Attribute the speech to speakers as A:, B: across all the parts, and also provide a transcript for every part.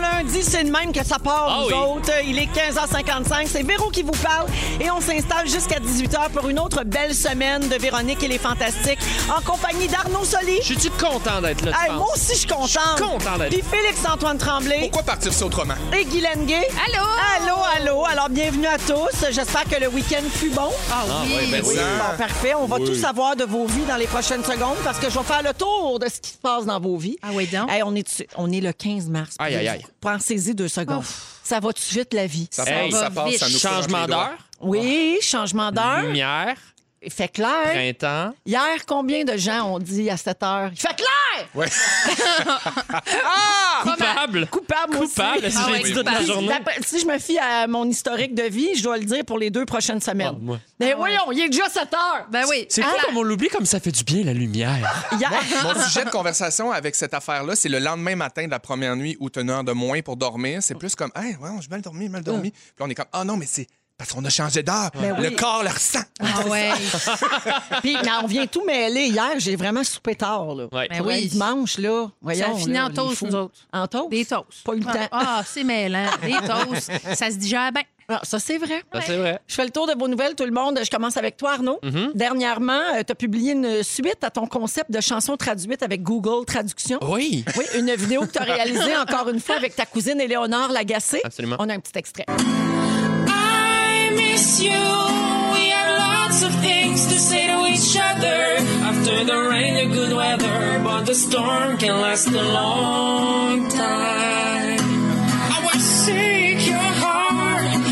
A: lundi, c'est le même que ça part,
B: Ah
A: nous
B: oui.
A: autres. Il est 15h55. C'est Véro qui vous parle. Et on s'installe jusqu'à 18h pour une autre belle semaine de Véronique et les Fantastiques en compagnie d'Arnaud Soli.
B: Je suis-tu content d'être là, tu
A: Hey,
B: penses?
A: moi aussi, je suis contente.
B: Je suis content d'être
A: Puis Félix-Antoine Tremblay.
C: Pourquoi partir ça autrement?
A: Et Guylaine Gay.
D: Allô?
A: Allô, allô. Alors, bienvenue à tous. J'espère que le week-end fut bon.
D: Ah oui.
B: Ouais, ben oui.
A: Bon, parfait. On va tout savoir de vos vies dans les prochaines secondes parce que je vais faire le tour de ce qui se passe dans vos vies.
D: Ah oui, donc.
A: Hey, on, est, on est le 15 mars.
B: Aïe, aïe, aïe.
A: Pensez-y deux secondes. Ça va tout de suite, la vie.
C: Ça
B: Hey,
C: passe, ça passe,
D: vite.
C: ça nous coupe
B: Changement
C: entre les doigts.
B: d'heure,
A: Oui, changement d'heure.
B: lumière,
A: Il fait clair.
B: printemps.
A: Hier, combien de gens ont dit à 7 heures? Il fait clair! Ah!
C: Ouais.
B: Coupable.
A: Coupable, moi aussi.
B: Coupable, si
D: Ah
B: j'ai
D: ouais,
B: dit toute la
D: coupable.
B: journée.
A: D'après- Si je me fie à mon historique de vie, je dois le dire pour les deux prochaines semaines.
B: Ah, moi.
A: Mais voyons, il est déjà 7 heures. Hein?
D: Ben oui.
B: C'est
D: Ah,
B: quoi comme on l'oublie comme ça fait du bien la lumière?
A: Hier-
C: Mon sujet de conversation avec cette affaire-là, c'est le lendemain matin de la première nuit où tu as une heure de moins pour dormir. C'est plus comme, hey, ouais, j'ai mal dormi, mal dormi. Puis là, on est comme, ah non, mais c'est parce qu'on a changé d'heure.
A: Mm. Ben
C: Le
A: oui.
C: corps le ressent.
D: Ah ouais.
A: Puis, mais on vient tout mêler. Hier, j'ai vraiment soupé tard. Là.
B: Ouais. Ben
A: Pour
D: oui.
A: un dimanche, là. Voyons,
D: Ça finit
A: là,
D: en
A: les
D: toast,
A: fous.
D: nous autres.
A: En toast?
D: Des toasts.
A: Pas eu le temps.
D: Ah, ah, c'est mêlant. Des toasts. Ça se digère bien.
A: Ah, ça, c'est vrai.
B: Ben, c'est vrai.
A: Je fais le tour de vos nouvelles, tout le monde. Je commence avec toi, Arnaud.
B: Mm-hmm.
A: Dernièrement, tu as publié une suite à ton concept de chansons traduites avec Google Traduction.
B: Oui.
A: Oui, une vidéo que tu as réalisée encore une fois avec ta cousine Éléonore Lagacé.
B: Absolument.
A: On a un petit extrait.
E: I miss you. We have lots of things to say to each other. After the rain, the good weather, but the storm can last a long time. I will seek your heart and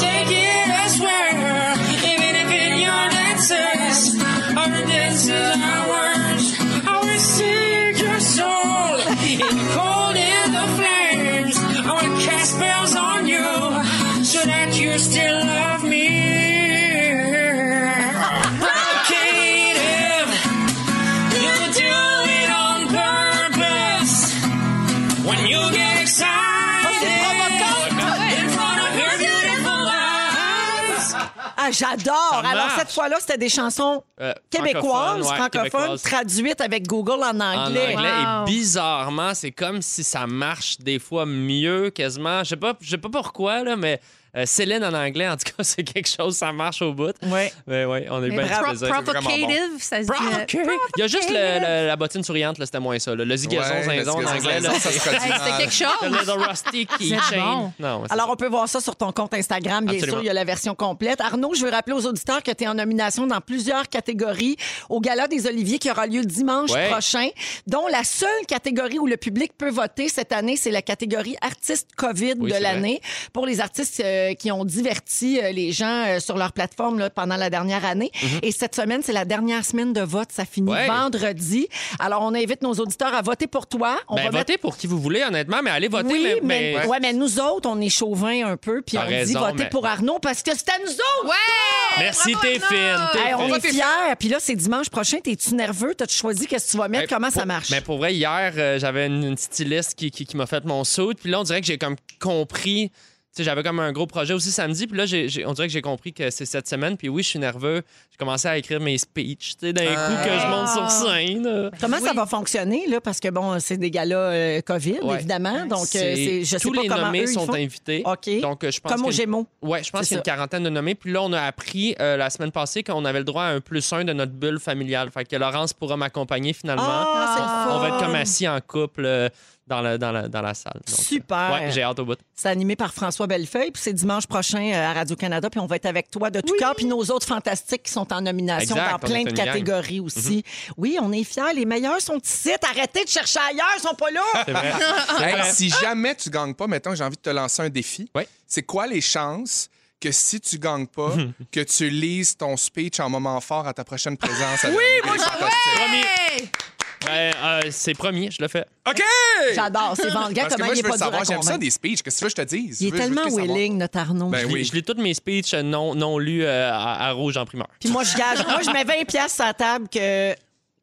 E: take it elsewhere. Even if in your dances, our dances are worse. I will seek your soul in the cold in the flames. I will cast spells on you so that you still love me. Provocative, you do it on purpose when you get excited in front of your beautiful eyes.
A: Ah, j'adore!
B: Ça
A: Alors,
B: marche.
A: cette fois-là, c'était des chansons
B: Euh,
A: québécoises,
B: francophones, ouais,
A: francophones,
B: québécoises.
A: traduites avec Google en
B: En
A: anglais.
B: anglais.
D: Wow.
B: Et bizarrement, c'est comme si ça marche des fois mieux, quasiment. Je sais pas, je sais pas pourquoi, là, mais euh, Céline en anglais, en tout cas, c'est quelque chose, ça marche au bout.
A: Ouais.
B: Mais oui, on est
D: Mais
B: bien
D: pro-
B: plaisir.
D: provocative, ça se dit.
B: Provocative. Il y a juste le- le- la bottine souriante, là, c'était moins ça. là. Le zigazon
C: Ouais,
B: zinzon
C: le
B: en anglais.
C: zigazon,
B: là,
C: ça se
B: c'est-
C: traduit
D: Hey,
C: en-
D: C'était quelque
B: The
D: chose.
B: little rusty
D: C'est bon.
B: keychain. Non, ouais, c'est
A: Alors, on peut voir ça sur ton compte Instagram, bien
B: Absolument.
A: sûr. Il y a la version complète. Arnaud, je veux rappeler aux auditeurs que tu es en nomination dans plusieurs catégories au Gala des Oliviers qui aura lieu dimanche
B: Ouais.
A: prochain, dont la seule catégorie où le public peut voter cette année, c'est la catégorie artistes COVID
B: Oui,
A: de
B: c'est vrai.
A: l'année pour les artistes euh, qui ont diverti euh, les gens euh, sur leur plateforme là, pendant la dernière année. Et cette semaine, c'est la dernière semaine de vote. Ça finit
B: Mm-hmm. Ouais.
A: vendredi. Alors, on invite nos auditeurs à voter pour toi. On
B: Ben,
A: va mettre
B: votez pour qui vous voulez, honnêtement, mais allez voter.
A: oui,
B: mais,
A: mais,
B: mais-
A: ouais, mais nous autres, on est chauvins un peu, puis
B: T'as
A: on dit
B: raison,
A: voter
B: mais-
A: pour Arnaud parce que c'est à nous autres!
D: Ouais!
B: Merci,
D: Bravo,
B: t'es
D: Anna!
B: fine. t'es
A: Hey,
B: fine.
A: on est fiers. Puis là, c'est dimanche prochain. T'es-tu nerveux? T'as-tu choisi qu'est-ce que tu vas mettre?
B: Hey,
A: Comment ça
B: Ben, pour-
A: marche?
B: Mais pour vrai, hier, euh, j'avais une, une petite styliste qui, qui- qui m'a fait mon saut. Puis là, on dirait que j'ai comme compris. Tu sais, j'avais comme un gros projet aussi samedi. Puis là, j'ai- j'ai- on dirait que j'ai compris que c'est cette semaine. Puis oui, je suis nerveux. J'ai commencé à écrire mes speeches, tu sais, d'un coup que je monte
A: Ah.
B: sur scène. euh.
A: Comment ça
D: Oui.
A: va fonctionner, là? Parce que, bon, c'est des gars-là COVID,
B: Ouais.
A: évidemment. Donc, euh,
B: C'est-
A: c'est, je sais
B: tous
A: pas
B: les
A: comment
B: nommés
A: eux, ils
B: sont
A: font.
B: invités.
A: OK.
B: Donc, euh, je pense
A: Comme aux
B: qu'il y a une-
A: Gémeaux.
B: Ouais, je pense
A: C'est
B: qu'il y a une
A: ça.
B: quarantaine de nommés. Puis là, on a appris euh, la semaine passée qu'on avait le droit à un plus un de notre bulle familiale. Fait que Laurence pourra m'accompagner finalement.
A: Ah, c'est le
B: on va être
A: fun.
B: comme assis en couple euh, dans, la, dans, la, dans la salle. Donc, euh,
A: Super.
B: ouais, j'ai hâte au bout.
A: C'est animé par François Bellefeuille, puis c'est dimanche prochain euh, à Radio-Canada, puis on va être avec toi de tout cœur, puis nos autres fantastiques qui sont en nomination
B: Exact,
A: dans
B: on est
A: plein de
B: une gang.
A: catégories aussi.
C: Mm-hmm.
A: Oui, on est fiers, les meilleurs sont ici. Arrêtez de chercher ailleurs, ils sont pas là!
C: Hey, si jamais tu gagnes pas, mettons, j'ai envie de te lancer un défi.
B: Ouais.
C: C'est quoi les chances que si tu gagnes pas, que tu lises ton speech en moment fort à ta prochaine présence? oui, moi,
B: Promis.
D: Hey!
B: Ben, euh, c'est promis, je le fais.
C: OK!
A: J'adore, c'est Vanguard,
C: Parce que
A: comment
C: moi,
A: il
C: je veux le
A: est pas dur à
C: savoir. J'aime ça,
A: convaincre.
C: des speeches. Qu'est-ce que tu veux, que je te dise?
A: Il
C: Je veux-
A: est
C: je veux
A: tellement
C: tout savoir.
A: willing, notre Arnaud.
C: Ben
B: Je
C: oui.
B: lis- Je lis tous mes speeches euh, non, non lus euh, à, à rouge en primeur.
A: Puis moi, je gage. moi, je mets 20 pièces à la table que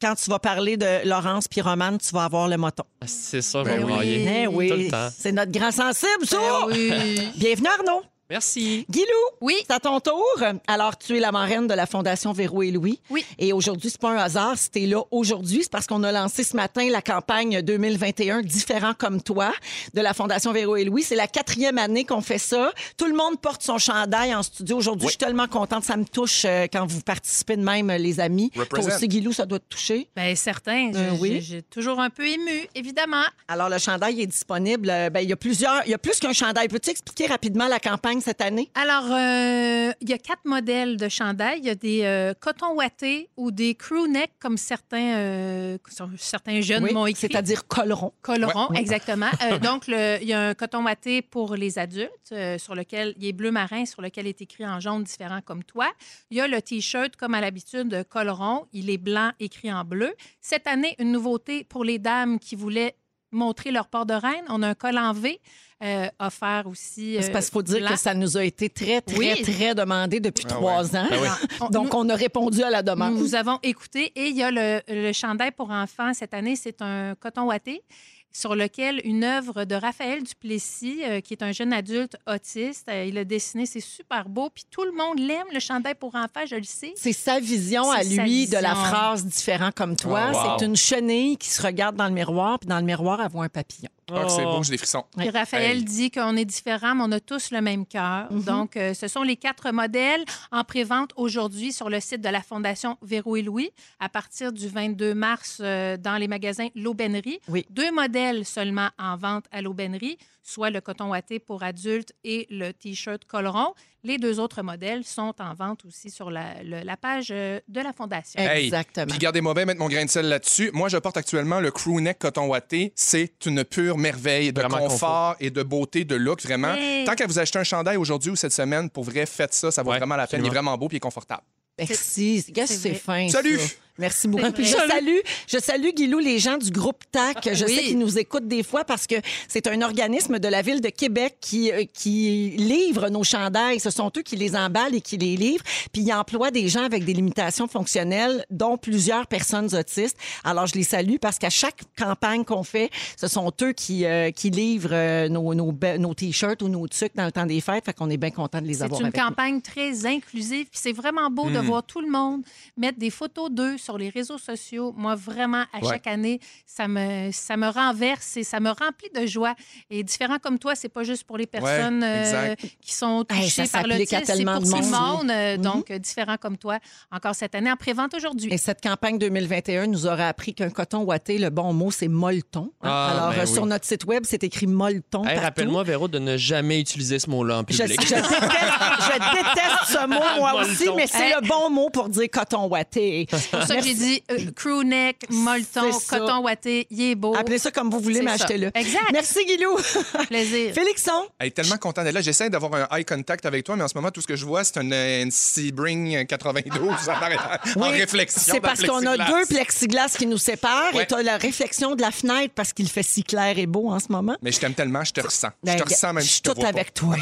A: quand tu vas parler de Laurence puis Romane, tu vas avoir le moton.
B: C'est ça, je
C: Ben
B: vais
C: oui.
B: brailler.
A: Eh
B: Tout le temps.
A: c'est notre grand sensible, ça!
D: Ben oui.
A: Bienvenue, Arnaud.
B: Merci.
A: Guilou,
D: Oui.
A: c'est à ton tour. Alors, tu es la marraine de la Fondation Véro et Louis.
D: Oui.
A: Et aujourd'hui, c'est pas un hasard si t'es là aujourd'hui. C'est parce qu'on a lancé ce matin la campagne 2021 Différent comme toi de la Fondation Véro et Louis. C'est la quatrième année qu'on fait ça. Tout le monde porte son chandail en studio aujourd'hui. Je suis tellement contente. Ça me touche euh, quand vous participez de même, euh, les amis. Toi
C: Represent.
A: aussi, Guilou, ça doit te toucher.
D: Bien, Ben, certain.
A: Euh,
D: Je-
A: oui.
D: je- J'ai toujours un peu ému, évidemment.
A: Alors, le chandail est disponible. Euh, Ben, il y a plusieurs, il y a plus qu'un chandail. Peux-tu expliquer rapidement la campagne cette année?
D: Alors, euh, il y a quatre modèles de chandail. Il y a des euh, cotons ouatés ou des crew neck, comme certains, euh, comme certains jeunes
A: Oui,
D: m'ont écrit.
A: C'est-à-dire colleron.
D: Colleron,
A: Ouais.
D: exactement. Euh, donc, le- il y a un coton ouaté pour les adultes, euh, sur lequel il est bleu marin, sur lequel est écrit en jaune différent comme toi. Il y a le T-shirt, comme à l'habitude, Colleron. Il est blanc, écrit en bleu. Cette année, une nouveauté pour les dames qui voulaient montrer leur port de reine. On a un col en V euh, offert aussi.
A: C'est
D: euh,
A: parce qu'il faut dire
D: blanc.
A: que ça nous a été très, très,
D: Oui.
A: très demandé depuis
C: Ah
A: trois ans.
C: Ben oui.
D: On-
A: Donc, on a répondu à la demande.
D: Nous avons écouté et il y a le, le chandail pour enfants cette année, c'est un coton ouaté sur lequel une œuvre de Raphaël Duplessis, euh, qui est un jeune adulte autiste, euh, il a dessiné, c'est super beau, puis tout le monde l'aime, le chandail pour enfants, je le sais.
A: C'est sa vision à
D: C'est sa
A: lui de la
D: vision.
A: phrase différent comme toi.
C: Oh, wow.
A: C'est une chenille qui se regarde dans le miroir, puis dans le miroir, elle voit un papillon.
C: Ah, que c'est
B: Oh.
C: beau, j'ai des frissons.
A: Ouais.
D: Puis Raphaël
C: Hey.
D: dit qu'on est différents, mais on a tous le même cœur.
A: Mhm.
D: Donc, euh, ce sont les quatre modèles en prévente aujourd'hui sur le site de la Fondation Véro et Louis à partir du 22 mars euh, dans les magasins L'Aubainerie.
A: Oui.
D: Deux modèles seulement en vente à l'Aubainerie, soit le coton ouaté pour adultes et le T-shirt coloron. Les deux autres modèles sont en vente aussi sur la, le- la page euh, de la Fondation.
C: Hey,
A: Exactement.
C: Puis gardez mauvais, mettre mon grain de sel là-dessus. Moi, je porte actuellement le crew neck coton ouaté. C'est une pure merveille de
B: Vraiment
C: confort,
B: confort.
C: et de beauté, de look, vraiment.
D: Hey.
C: Tant qu'à vous acheter un chandail aujourd'hui ou cette semaine, pour vrai, faites ça. Ça vaut
B: Ouais,
C: vraiment la peine. Il est
B: absolument.
C: vraiment beau puis il est confortable.
A: Merci. Qu'est-ce que c'est
D: vrai.
A: fin.
C: Salut!
A: ça. Merci beaucoup.
D: vrai.
A: Puis je salue, je salue Guilou, les gens du groupe TAC. Je
D: oui.
A: sais qu'ils nous écoutent des fois parce que c'est un organisme de la ville de Québec qui, euh, qui livre nos chandails. Ce sont eux qui les emballent et qui les livrent. Puis ils emploient des gens avec des limitations fonctionnelles, dont plusieurs personnes autistes. Alors je les salue parce qu'à chaque campagne qu'on fait, ce sont eux qui, euh, qui livrent euh, nos, nos, be- nos t-shirts ou nos tucs dans le temps des fêtes. Fait qu'on est bien content de les
D: C'est
A: avoir
D: une
A: avec nous.
D: campagne très inclusive, puis c'est vraiment beau de voir tout le monde mettre des photos d'eux sur les réseaux sociaux. Moi, vraiment, à chaque année, ça me, ça me renverse et ça me remplit de joie. Et différent comme toi, c'est pas juste pour les personnes euh,
C: exact.
D: qui sont
A: Hey,
D: touchées
A: ça
D: par le
A: s'applique à
D: c'est pour
A: tellement
D: tout
A: de
D: le
A: monde.
D: monde. euh,
A: Mhm.
D: Donc, euh, différent comme toi, encore cette année, en prévente aujourd'hui.
A: Et cette campagne 2021 nous aura appris qu'un coton ouaté, le bon mot, c'est molleton. hein.
B: Ah,
A: Alors,
B: ben
A: euh,
B: oui.
A: sur notre site web, c'est écrit molleton.
B: Hey,
A: partout.
B: Rappelle-moi, Véro, de ne jamais utiliser ce mot-là en
A: Je, je
B: public.
A: déteste, je déteste ce mot, moi aussi,
B: Molleton.
A: mais c'est
D: Hey.
A: le bon mot pour dire coton ouaté.
D: C'est pour ça que j'ai dit euh, crew neck, molleton,
A: C'est ça.
D: coton ouaté, il est beau.
A: Appelez ça comme vous voulez,
D: C'est
A: mais
D: ça.
A: achetez-le.
D: Exact.
A: Merci, Guilou.
D: Plaisir.
A: Félixon,
C: Hey, tellement content d'être là. J'essaie d'avoir un eye contact avec toi, mais en ce moment, tout ce que je vois, c'est un euh, une Sebring 92 en, arrière- en
A: Oui,
C: réflexion.
A: c'est
C: dans le
A: parce qu'on a
C: plexiglas.
A: deux plexiglas qui nous séparent et
C: Ouais.
A: tu as la réflexion de la fenêtre parce qu'il fait si clair et beau en ce moment.
C: Mais je t'aime tellement, je te ressens. Je te
A: Ben,
C: ressens même si je te
A: suis toute
C: vois pas.
A: avec toi.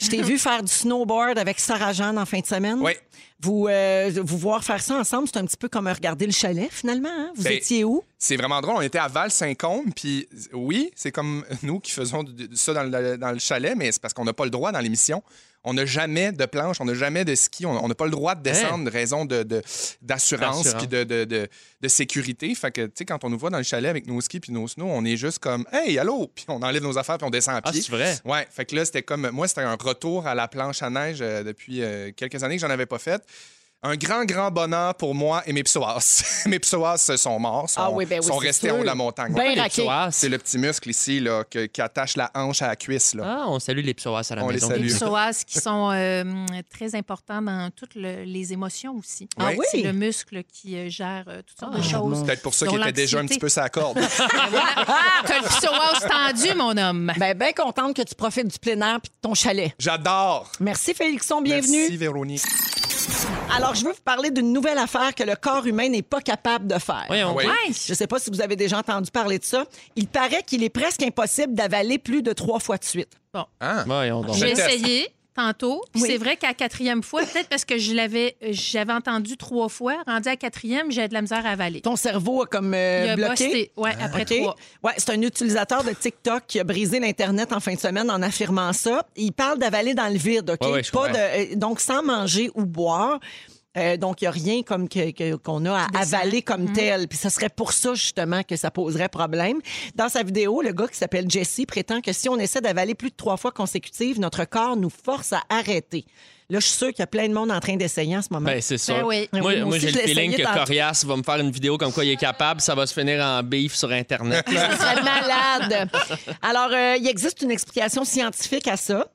A: Je t'ai vu faire du snowboard avec Sarah Jeanne en fin de semaine.
C: Oui.
A: Vous, euh, vous voir faire ça ensemble, c'est un petit peu comme regarder le chalet, finalement. hein? Vous
C: Ben,
A: étiez où?
C: C'est vraiment drôle. On était à Val-Saint-Côme, puis oui, c'est comme nous qui faisons du- du- ça dans le, dans le chalet, mais c'est parce qu'on n'a pas le droit dans l'émission. On n'a jamais de planche, on n'a jamais de ski, on on n'a pas le droit de descendre raison de, de- d'assurance
B: Hein? D'assurance.
C: puis de, de, de- de sécurité. Fait que, tu sais, quand on nous voit dans le chalet avec nos skis puis nos snows, on est juste comme « Hey, allô! » Puis on enlève nos affaires puis on descend à
B: Ah,
C: pied.
B: c'est vrai?
C: Ouais, fait que là, c'était comme. Moi, c'était un retour à la planche à neige euh, depuis euh, quelques années que j'en avais pas fait. Un grand, grand bonheur pour moi et mes psoas. mes psoas sont morts, sont,
A: Ah oui, ben oui,
C: sont
A: c'est
C: restés
A: sûr.
C: en haut de la montagne.
A: Ben
C: Ouais.
A: raqué.
B: psoas.
C: C'est le petit muscle ici là, que- qui attache la hanche à la cuisse. Là.
B: Ah, on salue les psoas à la
C: On les
B: maison.
C: salue.
D: Les
C: Salut.
D: psoas qui sont euh, très importants dans toutes le- les émotions aussi.
C: Ah Ouais.
A: oui?
D: C'est le muscle qui euh, gère euh, toutes sortes
A: Ah,
D: de choses.
A: mon-
C: Peut-être pour ça
D: Dont
C: qu'il était déjà un
D: l'anxiété.
C: petit peu sa corde.
D: T'as le psoas tendu, mon homme.
A: Ben, ben contente que tu profites du plein air puis de ton chalet.
C: J'adore!
A: Merci, Félixon. Bienvenue.
C: Merci, Véronique.
A: Alors, je veux vous parler d'une nouvelle affaire que le corps humain n'est pas capable de faire.
B: Voyons.
C: Ah oui.
D: Ouais.
A: Je ne sais pas si vous avez déjà entendu parler de ça. Il paraît qu'il est presque impossible d'avaler plus de trois fois de suite.
D: Bon,
C: Hein?
B: Voyons donc.
D: j'ai
C: teste.
D: essayé. tantôt. Puis
A: Oui.
D: C'est vrai qu'à la quatrième fois, peut-être parce que je l'avais, euh, j'avais entendu trois fois, rendu à la quatrième, j'avais de la misère à avaler.
A: Ton cerveau a comme euh,
D: Il a
A: bloqué.
D: busté, ouais, après
A: OK.
D: trois.
A: Ouais, c'est un utilisateur de TikTok qui a brisé l'Internet en fin de semaine en affirmant ça. Il parle d'avaler dans le vide, OK?
B: Ouais, ouais, je
A: Pas
B: comprends.
A: de- euh, donc, sans manger ou boire. Euh, donc, il n'y a rien comme que- que- qu'on a à avaler comme
B: Mm-hmm.
A: tel. Puis, ce serait pour ça, justement, que ça poserait problème. Dans sa vidéo, le gars qui s'appelle Jesse prétend que si on essaie d'avaler plus de trois fois consécutives, notre corps nous force à arrêter. Là, je suis sûre qu'il y a plein de monde en train d'essayer en ce moment.
B: Ben, c'est ça.
D: Ben oui.
B: Moi,
A: Ben oui, moi
B: moi,
A: aussi,
B: j'ai
A: je
B: le
A: l'ai
B: feeling
A: essayé
B: que
A: tantôt.
B: Corias va me faire une vidéo comme quoi il est capable, ça va se finir en beef sur Internet.
A: Ça serait malade. Alors, euh, il existe une explication scientifique à ça.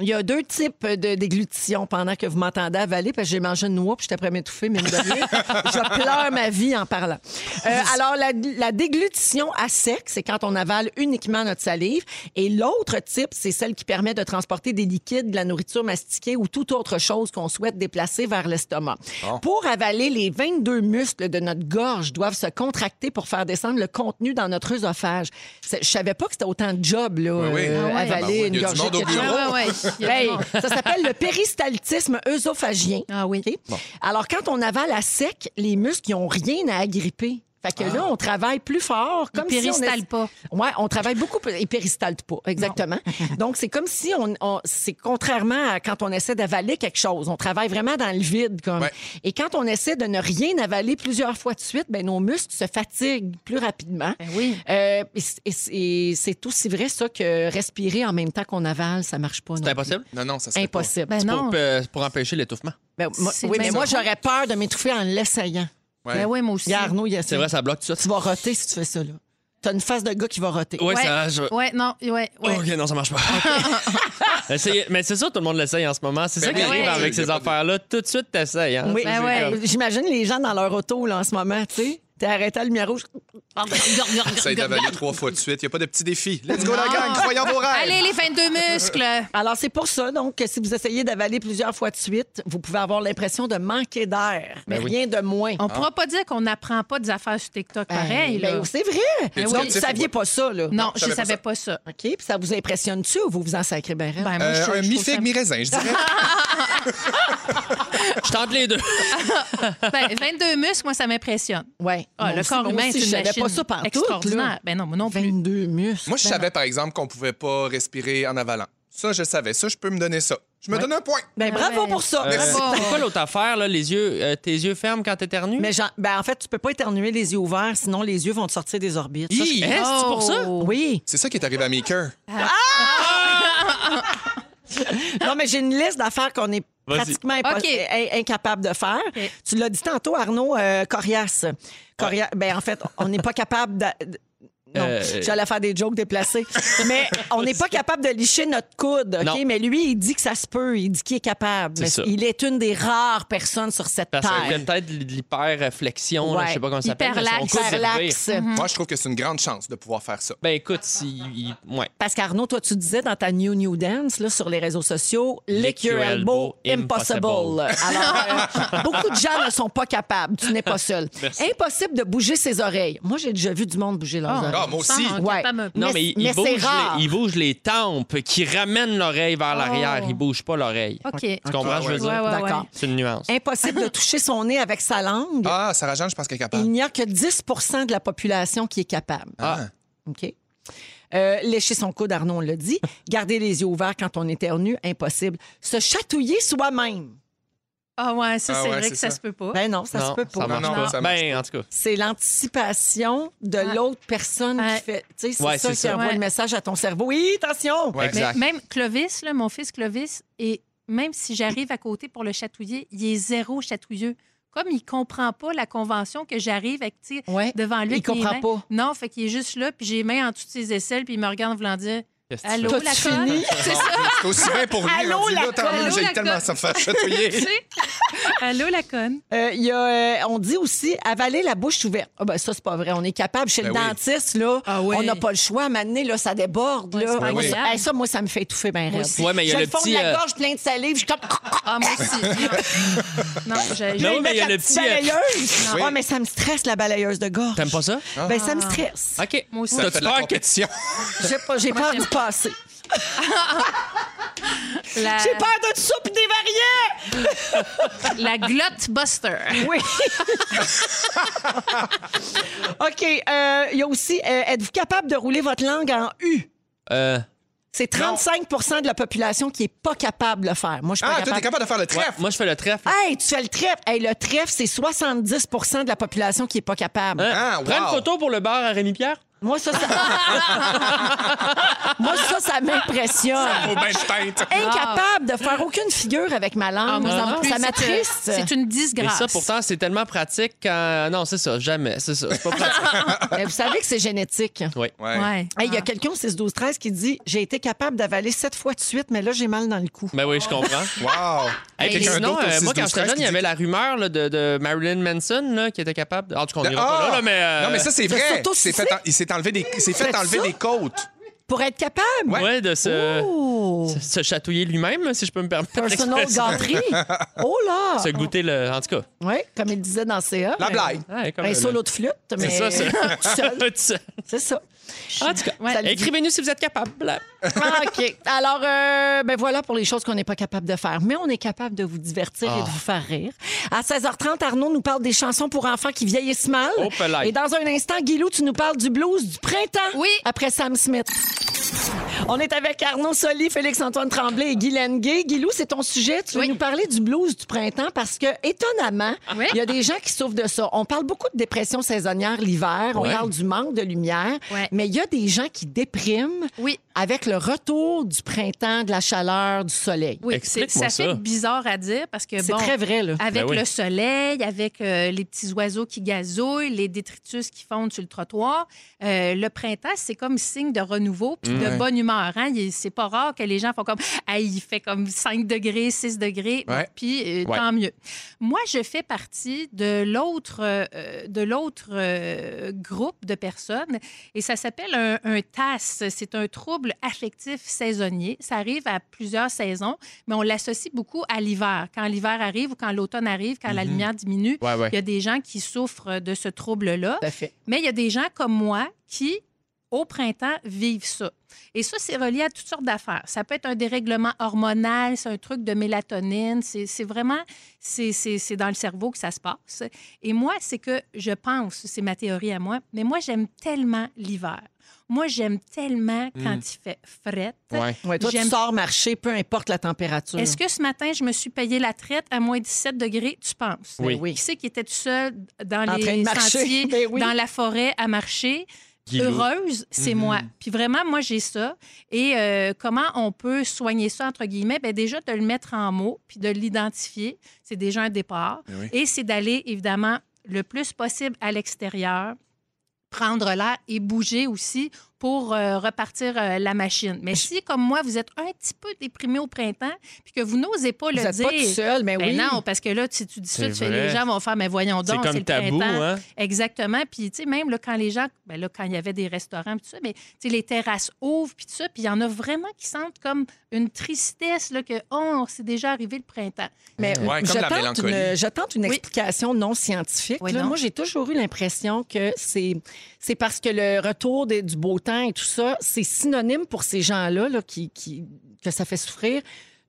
A: Il y a deux types de déglutition pendant que vous m'entendez avaler, parce que j'ai mangé une noix puis j'étais prêt à m'étouffer, mais je pleure ma vie en parlant. Euh, alors, la, la déglutition à sec, c'est quand on avale uniquement notre salive. Et l'autre type, c'est celle qui permet de transporter des liquides, de la nourriture mastiquée ou toute autre chose qu'on souhaite déplacer vers l'estomac. Pour avaler, les 22 muscles de notre gorge doivent se contracter pour faire descendre le contenu dans notre œsophage. C'est- Je savais pas que c'était autant de job, là,
C: Oui, oui.
A: euh,
D: Ah ouais.
A: avaler
C: Ah oui,
A: une
C: il y a
A: gorgée
C: du
A: de
C: monde au
A: quelque
C: bureau.
A: chose.
D: Ah ouais, ouais, il y a du
A: Hey,
D: monde.
A: ça s'appelle le péristaltisme œsophagien.
D: Ah oui.
A: OK? Alors, quand on avale à sec, les muscles n'ont rien à agripper. Fait que là, on travaille plus fort.
D: Ah. Ils
A: Comme
D: péristallent
A: si on
D: pas.
A: Ouais, on travaille beaucoup plus. Ils péristaltent pas, exactement. Donc, c'est comme si on. on- c'est contrairement à quand on essaie d'avaler quelque chose. On travaille vraiment dans le vide. Comme.
C: Ouais.
A: Et quand on essaie de ne rien avaler plusieurs fois de suite, ben, nos muscles se fatiguent plus rapidement.
D: Ben oui.
A: Euh, et c- et c- et c'est aussi vrai, ça, que respirer en même temps qu'on avale, ça marche pas. non
B: C'est impossible?
C: Non, non, ça se fait pas.
A: Impossible.
D: Ben
B: Pour,
D: non.
B: euh, pour empêcher l'étouffement.
A: Ben, moi-
D: C'est
A: oui,
D: bien
A: mais moi,
D: ça.
A: j'aurais peur de m'étouffer en l'essayant.
C: Ouais.
D: Ben oui, moi aussi.
A: Regarde, Arnaud, il y a
B: C'est
A: ça.
B: vrai, ça bloque tout
A: Tu
B: ça.
A: vas roter si tu fais ça, là. T'as une face de gars qui va roter.
B: Ouais,
D: Ouais.
B: ça. je-
D: Ouais, non, ouais, ouais.
B: Ok, non, ça marche pas. Essayez- Mais c'est ça, tout le monde l'essaye en ce moment. C'est ça
C: Ben
B: qui
C: oui.
B: arrive
D: Ouais.
B: avec
C: Y a
B: ces
C: pas de-
B: affaires-là. Tout de suite, t'essayes. Hein?
A: Oui.
D: Ben
B: C'est
D: ouais.
B: comme-
A: J'imagine les gens dans leur auto, là, en ce moment, tu sais. T'es arrêté à la lumière rouge.
D: Ah, ben,
C: Essaye d'avaler trois fois de suite. Il n'y a pas de petit défi. Let's go, la
A: Ah.
C: gang. Croyons vos rêves.
D: Allez, les 22 muscles.
A: Alors, c'est pour ça, donc, que si vous essayez d'avaler plusieurs fois de suite, vous pouvez avoir l'impression de manquer d'air. Mais
B: Ben oui.
A: rien de moins.
C: Ah.
D: On pourra pas dire qu'on n'apprend pas des affaires sur TikTok
A: Ben,
D: pareil.
A: ben,
D: là.
A: c'est vrai.
C: T'es-tu
A: Donc, vous
C: captif ou
A: saviez pas ça, là.
D: Non,
C: je
D: je
C: savais pas
D: savais
C: ça.
D: pas ça.
A: OK, puis ça vous impressionne-tu ou vous vous en sacrez bien raide?
D: Ben, moi,
C: Euh,
D: je-
C: un
D: je trouve ça-
C: mi-figue, mi-raisin, je dirais.
B: Je tente les deux.
D: Ben, 22 muscles, moi, ça m'impressionne.
A: Ouais.
D: Ah,
A: Moi
D: le
A: aussi,
D: corps
A: moi
D: humain,
A: aussi,
D: c'est
A: je
D: une
A: savais
D: machine
A: pas ça partout, là.
D: extraordinaire. Ben non, moi non plus.
A: 22 muscles.
B: Ben
C: Moi, je savais, par exemple, qu'on pouvait pas respirer en avalant. Ça, je savais. Ça, je peux me donner ça. Je me donne un point.
A: Ben,
D: Ah
A: bravo
D: ouais.
A: pour ça.
B: Euh,
D: Bravo.
B: C'est quoi l'autre affaire, là? Les yeux, euh, tes yeux fermes quand t'éternues?
A: Oh. Mais genre- ben, en fait, tu peux pas éternuer les yeux ouverts, sinon les yeux vont te sortir des orbites. Ça, je-
B: Hi! Hein, c'est-tu pour ça?
D: Oh.
A: Oui.
C: C'est ça qui est arrivé à Maker.
B: Ah.
A: Non, mais j'ai une liste d'affaires qu'on est
B: Vas-y.
A: pratiquement impo-
D: OK.
A: in- incapable de faire. Tu l'as dit tantôt, Arnaud, euh, Coriace. Coria- Ben, en fait, on n'est pas capable d'a- de... Non,
B: Euh,
A: j'allais faire des jokes déplacés. mais on n'est pas capable de licher notre coude, OK?
B: Non.
A: Mais lui, il dit que ça se peut. Il dit qu'il est capable.
B: C'est
A: Mais
B: ça.
A: il est une des rares personnes sur cette
B: Parce qu'il y a
A: terre.
B: peut-être de l'hyperflexion, là,
A: Ouais. Mhm.
B: je sais pas comment ça s'appelle. mais son
D: Hyperlaxe.
B: coude est
A: Hyperlaxe.
B: levé.
C: Moi, je trouve que c'est une grande chance de pouvoir faire ça.
B: Ben écoute, si. il- Ouais.
A: Parce qu'Arnaud, toi, tu disais dans ta New New Dance là, sur les réseaux sociaux, Lick
B: Lick
A: your
B: your
A: elbow,
B: elbow,
A: impossible. Alors, euh, beaucoup de gens ne sont pas capables. Tu n'es pas seul. Impossible de bouger ses oreilles. Moi, j'ai déjà vu du monde bouger leurs
D: Ah,
A: oreilles.
C: Ah, moi aussi.
D: Ah,
A: Ouais.
D: capable un peu.
B: Non,
A: Mais-
B: mais, il,
A: mais
B: il
A: c'est
B: bouge
A: rare.
B: les, il bouge les tempes qui ramènent l'oreille vers l'arrière. Il bouge pas l'oreille.
D: OK.
B: Tu comprends ce que je veux
D: Oh. Ouais,
B: dire?
D: ouais,
A: D'accord.
D: ouais. Eh,
B: C'est une nuance.
A: Impossible de toucher son nez avec sa langue.
C: Ah, Sarah Jeanne, je pense qu'elle est
A: Il
C: capable.
A: n'y a que 10 de la population qui est capable.
C: Ah.
A: OK. Euh, lécher son coude, Arnaud, on l'a dit. Garder les yeux ouverts quand on éternue, impossible. Se chatouiller soi-même.
D: Ah ouais, ça,
C: Ah
D: c'est
C: ouais,
D: vrai
C: c'est
D: que ça
C: ça.
D: se peut pas.
A: Ben non, ça
B: non,
A: se peut pas.
B: Ça marche
C: Non,
B: pas.
C: ça marche
B: ben, en tout cas.
A: c'est l'anticipation de
D: Ouais.
A: l'autre personne
D: Ouais.
A: qui fait. Tu sais, c'est
B: Ouais,
A: ça
B: c'est
A: qui
B: ça.
A: envoie le
D: Ouais.
A: message à ton cerveau. Oui, attention!
C: Ouais.
D: Mais
B: Exact.
D: même Clovis, là, mon fils Clovis, et même si j'arrive à côté pour le chatouiller, il est zéro chatouilleux. Comme il comprend pas la convention que j'arrive avec, tu sais,
A: Ouais.
D: devant lui.
A: Il
D: avec mes
A: comprend
D: mains.
A: pas.
D: Non, fait qu'il est juste là, puis j'ai les mains en toutes ses aisselles, puis il me regarde voulant dire
B: Qu'est-ce que tu
D: Allô,
B: fais?
D: la
A: T'as-tu
D: colle?
A: fini?
D: C'est ça,
C: C'est aussi bien pour lui.
A: Allô,
C: rendu
A: la
C: là, tant
D: colle.
C: mieux,
D: Allô,
C: j'ai
D: la
C: tellement
D: colle.
C: ça me faire
D: tu
C: chatouiller.
D: sais. Allô, la conne.
A: Euh, il y a, euh, on dit aussi avaler la bouche ouverte. Ah ben ça, c'est pas vrai. On est capable. Chez le
C: Ben oui.
A: dentiste, là,
D: Ah oui.
A: on n'a pas le choix. Maintenant, là, ça déborde.
D: Ouais,
A: là.
D: c'est pas
A: Moi, ça-
D: agréable.
A: hey, ça, moi, ça me fait étouffer bien raide.
B: Ben Ouais, mais il y a
A: J'ai
B: le
A: fond de
B: petit,
A: la
B: euh,
A: gorge plein de salive. Je suis comme...
D: Ah, moi aussi. Non, non j'ai-
A: Je
B: Non,
A: vais
B: mais
A: mettre
B: il y a
A: la
B: le
A: petite
B: petit, euh,
A: balayeuse.
C: Oui.
A: Ah, mais ça me stresse, la balayeuse de gorge.
B: T'aimes pas ça?
A: Ben, ça me stresse.
B: OK.
D: Moi aussi.
C: Ça fait
B: T'as-tu
C: de
D: Ah.
C: la
B: peur que
C: compétition.
A: J'ai pas- j'ai peur du passé.
D: La-
A: J'ai peur de ça puis des variants!
D: La glotte buster.
A: Oui. OK. euh, Il y a aussi, euh, êtes-vous capable de rouler votre langue en U?
B: Euh,
A: C'est 35 de la population qui n'est pas capable de le faire. Moi, je suis pas
C: Ah, toi, t'es capable de faire le
B: ouais,
C: trèfle.
B: moi, je fais le
D: Ah.
B: trèfle.
A: Hey, tu fais le trèfle. Hey, le trèfle, c'est 70 de la population qui n'est pas capable.
D: Euh.
B: Hein?
C: Ah, wow.
B: Prends une photo pour le bar à Rémi-Pierre.
A: Moi, ça, ça... Moi, ça, ça m'impressionne.
C: Au bain de tête.
A: Incapable de faire aucune figure avec ma
D: Ah,
A: langue.
D: moi
A: ça
D: non plus,
A: ça
D: c'est
A: m'attriste.
D: un- C'est une
B: Et
D: disgrâce.
B: ça, pourtant, c'est tellement pratique quand... Non, c'est ça, jamais, c'est ça. C'est pas pratique.
A: Mais vous savez que c'est génétique.
B: oui.
C: Ouais.
D: Ouais.
A: Hey, Il y a quelqu'un au 6-12-13 qui dit J'ai été capable d'avaler sept fois de suite, mais là, j'ai mal dans le cou.
B: Ben oui, je comprends.
C: Wow.
B: Hey,
C: Quelqu'un
B: sinon,
C: d'autre au
B: euh,
C: 6,
B: moi, quand
C: 12,
B: j'étais
C: 13,
B: jeune, il y
C: qui
B: avait
C: dit-
B: la rumeur là, de, de Marilyn Manson là, qui était capable. de- Ah, En tout cas, on n'ira pas là, là, mais. euh,
C: Ah! Non, mais ça, c'est
A: Ça
C: vrai.
A: s'auto-suicide?
C: Il s'est fait en- Il s'est enlevé des, il s'est fait
A: Faites
C: enlever
A: ça?
C: des côtes.
A: Pour être capable.
B: ouais. euh, de se,
A: Oh.
B: se- se chatouiller lui-même, si je peux me permettre.
A: Personal
B: l'expression.
A: gâterie. Oh là.
B: Se goûter le. En tout cas.
A: Oui, comme il disait dans CA.
C: La blague.
B: Ouais, comme
A: Un
B: le-
A: solo de flûte, mais
B: ça, c'est-
A: tout seul.
B: Tout ça.
A: C'est ça.
B: En tout cas,
D: Ouais.
A: Ça le dit.
B: écrivez-nous si vous êtes capable.
A: Ah, OK. Alors, euh, ben voilà pour les choses qu'on n'est pas capable de faire. Mais on est capable de vous divertir et de vous faire rire. À 16h30, Arnaud nous parle des chansons pour enfants qui vieillissent mal.
B: Oh, pelaye.
A: et dans un instant, Guilou, tu nous parles du blues du printemps.
D: Oui.
A: Après Sam Smith. On est avec Arnaud Soli, Félix-Antoine Tremblay et Guy Lenguet. Guilou, c'est ton sujet. Tu veux
D: Oui.
A: nous parler du blues du printemps parce que, étonnamment, il
D: Oui.
A: y a des gens qui souffrent de ça. On parle beaucoup de dépression saisonnière l'hiver. On
B: Ouais.
A: parle du manque de lumière.
D: Ouais.
A: Mais il y a des gens qui dépriment
D: Oui.
A: avec le retour du printemps, de la chaleur, du soleil.
D: Oui, c'est-
B: Explique-moi
D: ça fait
B: ça.
D: bizarre à dire parce que
A: C'est
D: bon,
A: très vrai, là.
D: avec
B: Ben oui.
D: le soleil, avec euh, les petits oiseaux qui gazouillent, les détritus qui fondent sur le trottoir, euh, le printemps, c'est comme signe de renouveau puis de
C: Ouais.
D: bonne humeur. Hein? Il- C'est pas rare que les gens font comme ah, il fait comme 5 degrés, 6 degrés,
C: Ouais.
D: puis euh,
B: Ouais.
D: tant mieux. Moi, je fais partie de l'autre euh, de l'autre euh, groupe de personnes et ça s'appelle un, un TAS. C'est un trouble affectif saisonnier. Ça arrive à plusieurs saisons, mais on l'associe beaucoup à l'hiver. Quand l'hiver arrive ou quand l'automne arrive, quand la
C: Mhm.
D: lumière diminue,
B: Ouais, ouais.
D: il y a des gens qui souffrent de ce trouble-là.
A: Tout à fait.
D: Mais il y a des gens comme moi qui, au printemps, vivent ça. Et ça, c'est relié à toutes sortes d'affaires. Ça peut être un dérèglement hormonal, c'est un truc de mélatonine. C'est c'est vraiment, c'est- c'est c'est dans le cerveau que ça se passe. Et moi, c'est que je pense, c'est ma théorie à moi, mais moi, j'aime tellement l'hiver. Moi, j'aime tellement quand
B: Mm.
D: il fait frette.
B: Ouais.
A: Hmm. Ouais, toi, tu
D: J'aime-
A: sors marcher, peu importe la température.
D: Est-ce que ce matin, je me suis payé la traite à moins 17 degrés, tu penses?
B: Oui.
A: Ben oui.
D: Qui c'est qui était tout seul dans
A: En train de
D: les
A: marcher.
D: sentiers,
A: Ben oui.
D: dans la forêt à marcher?
B: Guilou.
D: Heureuse, c'est
C: Mhm.
D: moi. Puis vraiment, moi, j'ai ça. Et euh, comment on peut soigner ça, entre guillemets? Bien, déjà, de le mettre en mots, puis de l'identifier, c'est déjà un départ.
C: Ben oui.
D: Et c'est d'aller, évidemment, le plus possible à l'extérieur, prendre l'air et bouger aussi pour euh, repartir euh, la machine. Mais si, comme moi, vous êtes un petit peu déprimé au printemps, puis que vous n'osez pas
A: Vous
D: le
A: êtes
D: dire...
A: pas tout seul, mais
D: Ben
A: oui.
D: non, parce que là, si tu dis ça,
B: C'est
D: tu fais-
B: vrai.
D: les gens vont faire, mais voyons
B: C'est
D: donc, c'est
B: comme
D: le
B: tabou,
D: printemps.
B: hein?
D: Exactement. Puis, tu sais, même là, quand les gens, ben là, quand il y avait des restaurants, puis tout ça, mais tu sais, les terrasses ouvrent, puis tout ça, puis il y en a vraiment qui sentent comme une tristesse, là, que, oh, c'est déjà arrivé le printemps.
A: Mais
C: Mm. Ouais,
A: je,
C: comme la
A: tente
C: mélancolie.
A: une, je tente une
D: Oui.
A: explication non scientifique.
D: Oui,
A: là.
D: non.
A: Moi, j'ai toujours eu l'impression que c'est c'est parce que le retour des- du beau temps et tout ça, c'est synonyme pour ces gens-là là, qui, qui- que ça fait souffrir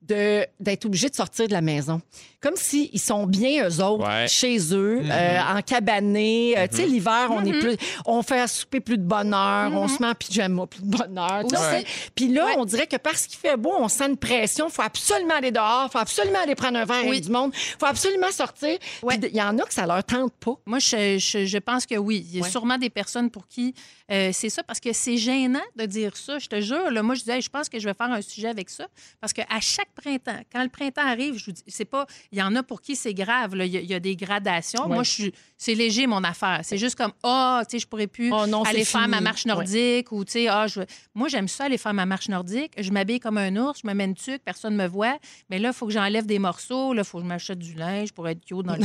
A: de- d'être obligés de sortir de la maison. Comme s'ils sont bien eux autres,
B: Ouais.
A: chez eux,
C: Mm-hmm.
A: euh, en cabané. Euh, Tu sais, l'hiver, on
D: Mm-hmm.
A: est plus, on fait à souper plus de bonheur, on se met en pyjama plus de bonheur. tu sais.
D: Aussi.
A: Puis là,
D: Ouais.
A: on dirait que parce qu'il fait beau, on sent une pression. faut absolument aller dehors, faut absolument aller prendre un verre
D: Oui.
A: avec du monde, faut absolument sortir.
D: Ouais.
A: Puis Il y en a que ça leur tente pas.
D: Moi, je, je- je pense que oui. Il y a
A: Ouais.
D: sûrement des personnes pour qui euh, c'est ça, parce que c'est gênant de dire ça. Je te jure, là, moi, je disais, Hey, je pense que je vais faire un sujet avec ça, parce qu'à chaque printemps, quand le printemps arrive, je vous dis, c'est pas, il y en a pour qui c'est grave. là. Il, y a, il y a des gradations.
A: Ouais.
D: Moi, je suis, c'est léger mon affaire. C'est juste comme, ah, tu sais, je pourrais plus
A: Oh non, c'est
D: aller faire
A: fini.
D: ma marche nordique ou, tu sais, ah, je... moi, j'aime ça aller faire ma marche nordique. Je m'habille comme un ours, je me mets une tuque, personne me voit. Mais là, il faut que j'enlève des morceaux, là, il faut que je m'achète du linge pour être cute dans le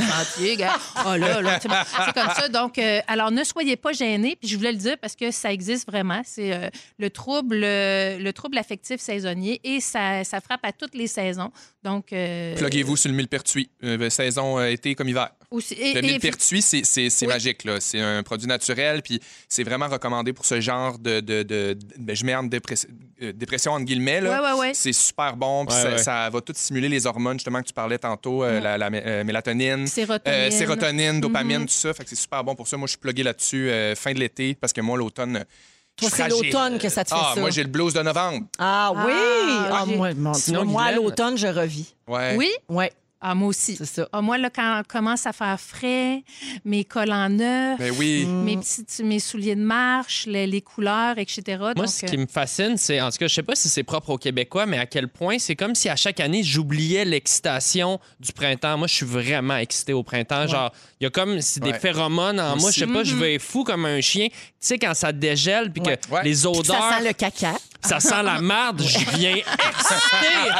D: sentier. gars. Oh là, là, tu sais, c'est comme ça. Donc, euh, alors, ne soyez pas gênés. Puis je voulais le dire parce que ça existe vraiment. C'est euh, le trouble, euh, le trouble affectif saisonnier et ça, ça frappe à toutes toutes les saisons. Donc, euh,
C: Pluguez-vous sur le millepertuis, euh, saison euh, été comme hiver.
D: aussi- et-
C: Le
D: et-
C: millepertuis, c'est c'est- c'est
D: Oui.
C: magique. là. C'est un produit naturel, puis c'est vraiment recommandé pour ce genre de... de, de- ben, je mets en dépress- euh, dépression, entre guillemets. Là.
D: Ouais, ouais, ouais.
C: C'est super bon, puis
B: Ouais,
C: ça,
B: ouais.
C: ça va tout stimuler les hormones, justement, que tu parlais tantôt, euh, la, la mé- euh, mélatonine.
D: Sérotonine.
C: euh, sérotonine, dopamine,
D: Mhm.
C: tout ça. Fait que c'est super bon pour ça. Moi, je suis plugué là-dessus euh, fin de l'été parce que moi, l'automne. euh, je
A: Toi,
C: suis
A: c'est
C: fragile.
A: l'automne que ça te fait
C: Ah,
A: ça.
C: moi, j'ai le blues de novembre.
A: Ah oui!
D: Ah,
A: Ah,
D: j'ai-
A: moi, mon-
B: Sinon,
A: moi, à
B: Guylaine-
A: l'automne, je revis.
C: Ouais.
D: Oui?
A: Oui,
D: Ah, moi aussi.
A: c'est ça.
D: Ah, moi, là, quand on commence à faire frais, mes cols en neuf,
C: Ben oui.
B: Mm.
D: mes, petites, mes souliers de marche, les, les couleurs, etc.
B: Moi,
D: Donc,
B: ce
D: euh,
B: qui me fascine, c'est, en tout cas, je sais pas si c'est propre aux Québécois, mais à quel point c'est comme si à chaque année, j'oubliais l'excitation du printemps. Moi, je suis vraiment excité au printemps. Genre, il y a comme si des
C: Ouais.
B: phéromones en
C: Moi
B: moi. Je sais
D: aussi.
B: pas, je vais être fou comme un chien. Tu sais, quand ça dégèle, puis que
A: Ouais.
C: Ouais.
B: les odeurs.
A: Ça sent le caca.
B: Ça sent la marde, je viens excité.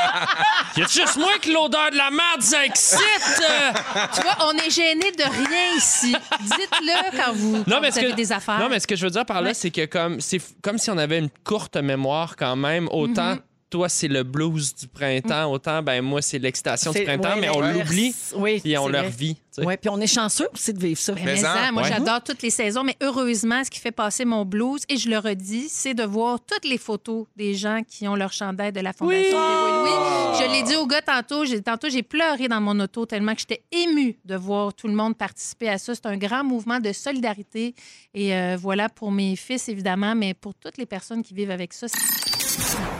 B: Y a juste moi que l'odeur de la marde, ça excite? euh?
D: Tu vois, on est gêné de rien ici. Dites-le quand vous, quand vous
B: ce
D: avez
B: que-
D: des affaires.
B: Non, mais ce que je veux dire par là,
D: Ouais.
B: c'est que comme c'est f- comme si on avait une courte mémoire quand même.
A: Mhm.
B: Autant toi, c'est le blues du printemps, autant ben moi, c'est l'excitation du
A: C'est-
B: printemps,
A: ouais,
B: mais on
A: ouais.
B: l'oublie
A: Oui,
B: et on
A: c'est
B: le
A: vrai.
B: revit. tu sais.
A: Ouais, puis on est chanceux aussi de vivre ça.
D: Mais
C: Mais
D: ça,
C: en,
D: moi,
B: ouais.
D: j'adore toutes les saisons, mais heureusement, ce qui fait passer mon blues, et je le redis, c'est de voir toutes les photos des gens qui ont leur chandail de la Fondation
A: Oui.
D: Véro et Louis.
B: Oh!
D: Je l'ai dit au gars tantôt, j'ai, tantôt, j'ai pleuré dans mon auto tellement que j'étais émue de voir tout le monde participer à ça. C'est un grand mouvement de solidarité. Et euh, voilà pour mes fils, évidemment, mais pour toutes les personnes qui vivent avec ça.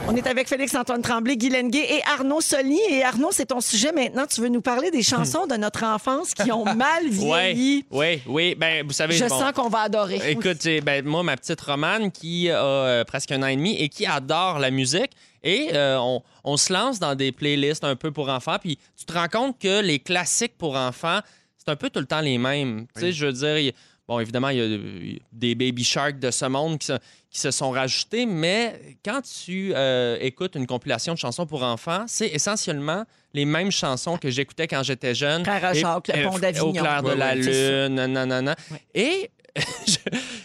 A: On est avec Félix-Antoine Tremblay, Guy Lenguet et Arnaud Soli. Et Arnaud, c'est ton sujet maintenant. Tu veux nous parler des chansons de notre enfance qui ont mal
B: Hmm. Ouais,
A: vieilli.
B: ouais, oui. Ben, vous savez,
A: Je
B: bon,
A: sens qu'on va adorer.
B: Écoute, j'ai- ben, moi, ma petite Romane qui a euh, presque un an et demi et qui adore la musique. Et euh, on, on se lance dans des playlists un peu pour enfants. Puis tu te rends compte que les classiques pour enfants, c'est un peu tout le temps les mêmes. Tu sais, je veux dire, il y a- bon, évidemment, il y a euh, des baby sharks de ce monde qui se, qui se sont rajoutés. Mais quand tu euh, écoutes une compilation de chansons pour enfants, c'est essentiellement les mêmes chansons que j'écoutais quand j'étais jeune.
A: Frère
B: Et-
A: Jacques, le
B: euh,
A: pont d'Avignon.
B: Au clair de
A: Ouais,
B: la
A: ouais,
B: lune, nanana. Et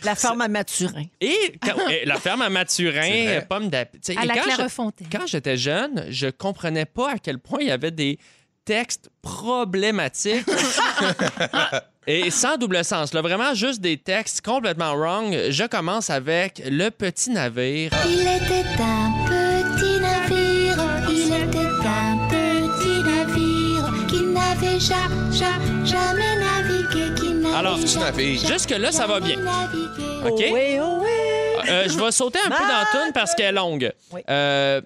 A: La femme à Maturin.
B: et, quand- et la ferme à
C: C'est
B: Maturin,
C: vrai.
B: euh, pomme d'api. tu sais,
D: À
B: et
D: la
B: quand je-
D: Clairefontaine.
B: Quand j'étais jeune, je comprenais pas à quel point il y avait des textes problématiques. Et sans double sens, là, vraiment juste des textes complètement wrong. Je commence avec Le petit navire.
F: Il était un petit navire, il était un petit navire qui n'avait ja, ja, jamais navigué, qui n'avait
B: Alors,
F: ja-
B: tu
C: navigues.
F: ja-
B: Jusque-là, ça va
F: jamais
B: bien.
F: navigué.
B: OK?
A: Oh oui, oh oui.
B: Euh, je vais sauter un peu dans la toune parce qu'elle est longue.
A: Oui.
B: Euh,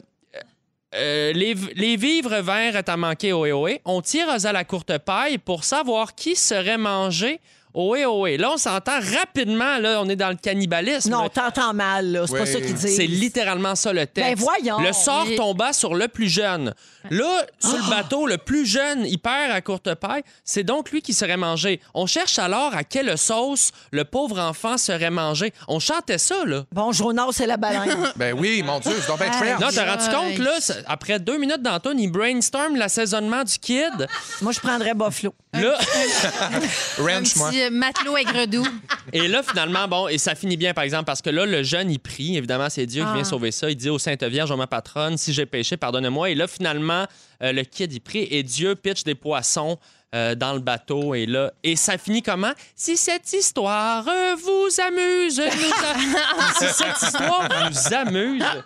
B: euh, les, les vivres verts t'as manqué, ohé, ohé. On tire à la courte paille pour savoir qui serait mangé, ohé, ohé. Là, on s'entend rapidement, là, on est dans le cannibalisme.
A: Non, t'entends mal, là. C'est pas
C: Oui.
A: ça qu'ils disent.
B: C'est littéralement ça le texte.
A: Ben voyons.
B: Le sort
D: Oui.
B: tomba sur le plus jeune. Là, sur le
A: Ah!
B: bateau, le plus jeune, il perd à courte paille. C'est donc lui qui serait mangé. On cherche alors à quelle sauce le pauvre enfant serait mangé. On chantait ça, là.
A: Bon, Jonas, c'est la baleine.
C: Ben oui, mon Dieu, c'est donc bien trash.
B: Non,
D: Aïe,
B: t'as rendu
D: aïe.
B: compte, là, ça- après deux minutes d'Antoine, il brainstorm l'assaisonnement du kid.
A: Moi, je prendrais Buffalo.
B: Là,
D: Un
C: Ranch, moi.
D: petit euh, matelot aigre-doux.
B: et là, finalement, bon, et ça finit bien, par exemple, parce que là, le jeune, il prie. Évidemment, c'est Dieu qui
D: Ah.
B: vient sauver ça. Il dit au Sainte Vierge, ô ma patronne, si j'ai péché, pardonne-moi. Et là, finalement, euh, le kid, il prie et Dieu pitche des poissons. euh, dans le bateau et là et ça finit comment si cette histoire euh, vous amuse nous a- si cette histoire vous amuse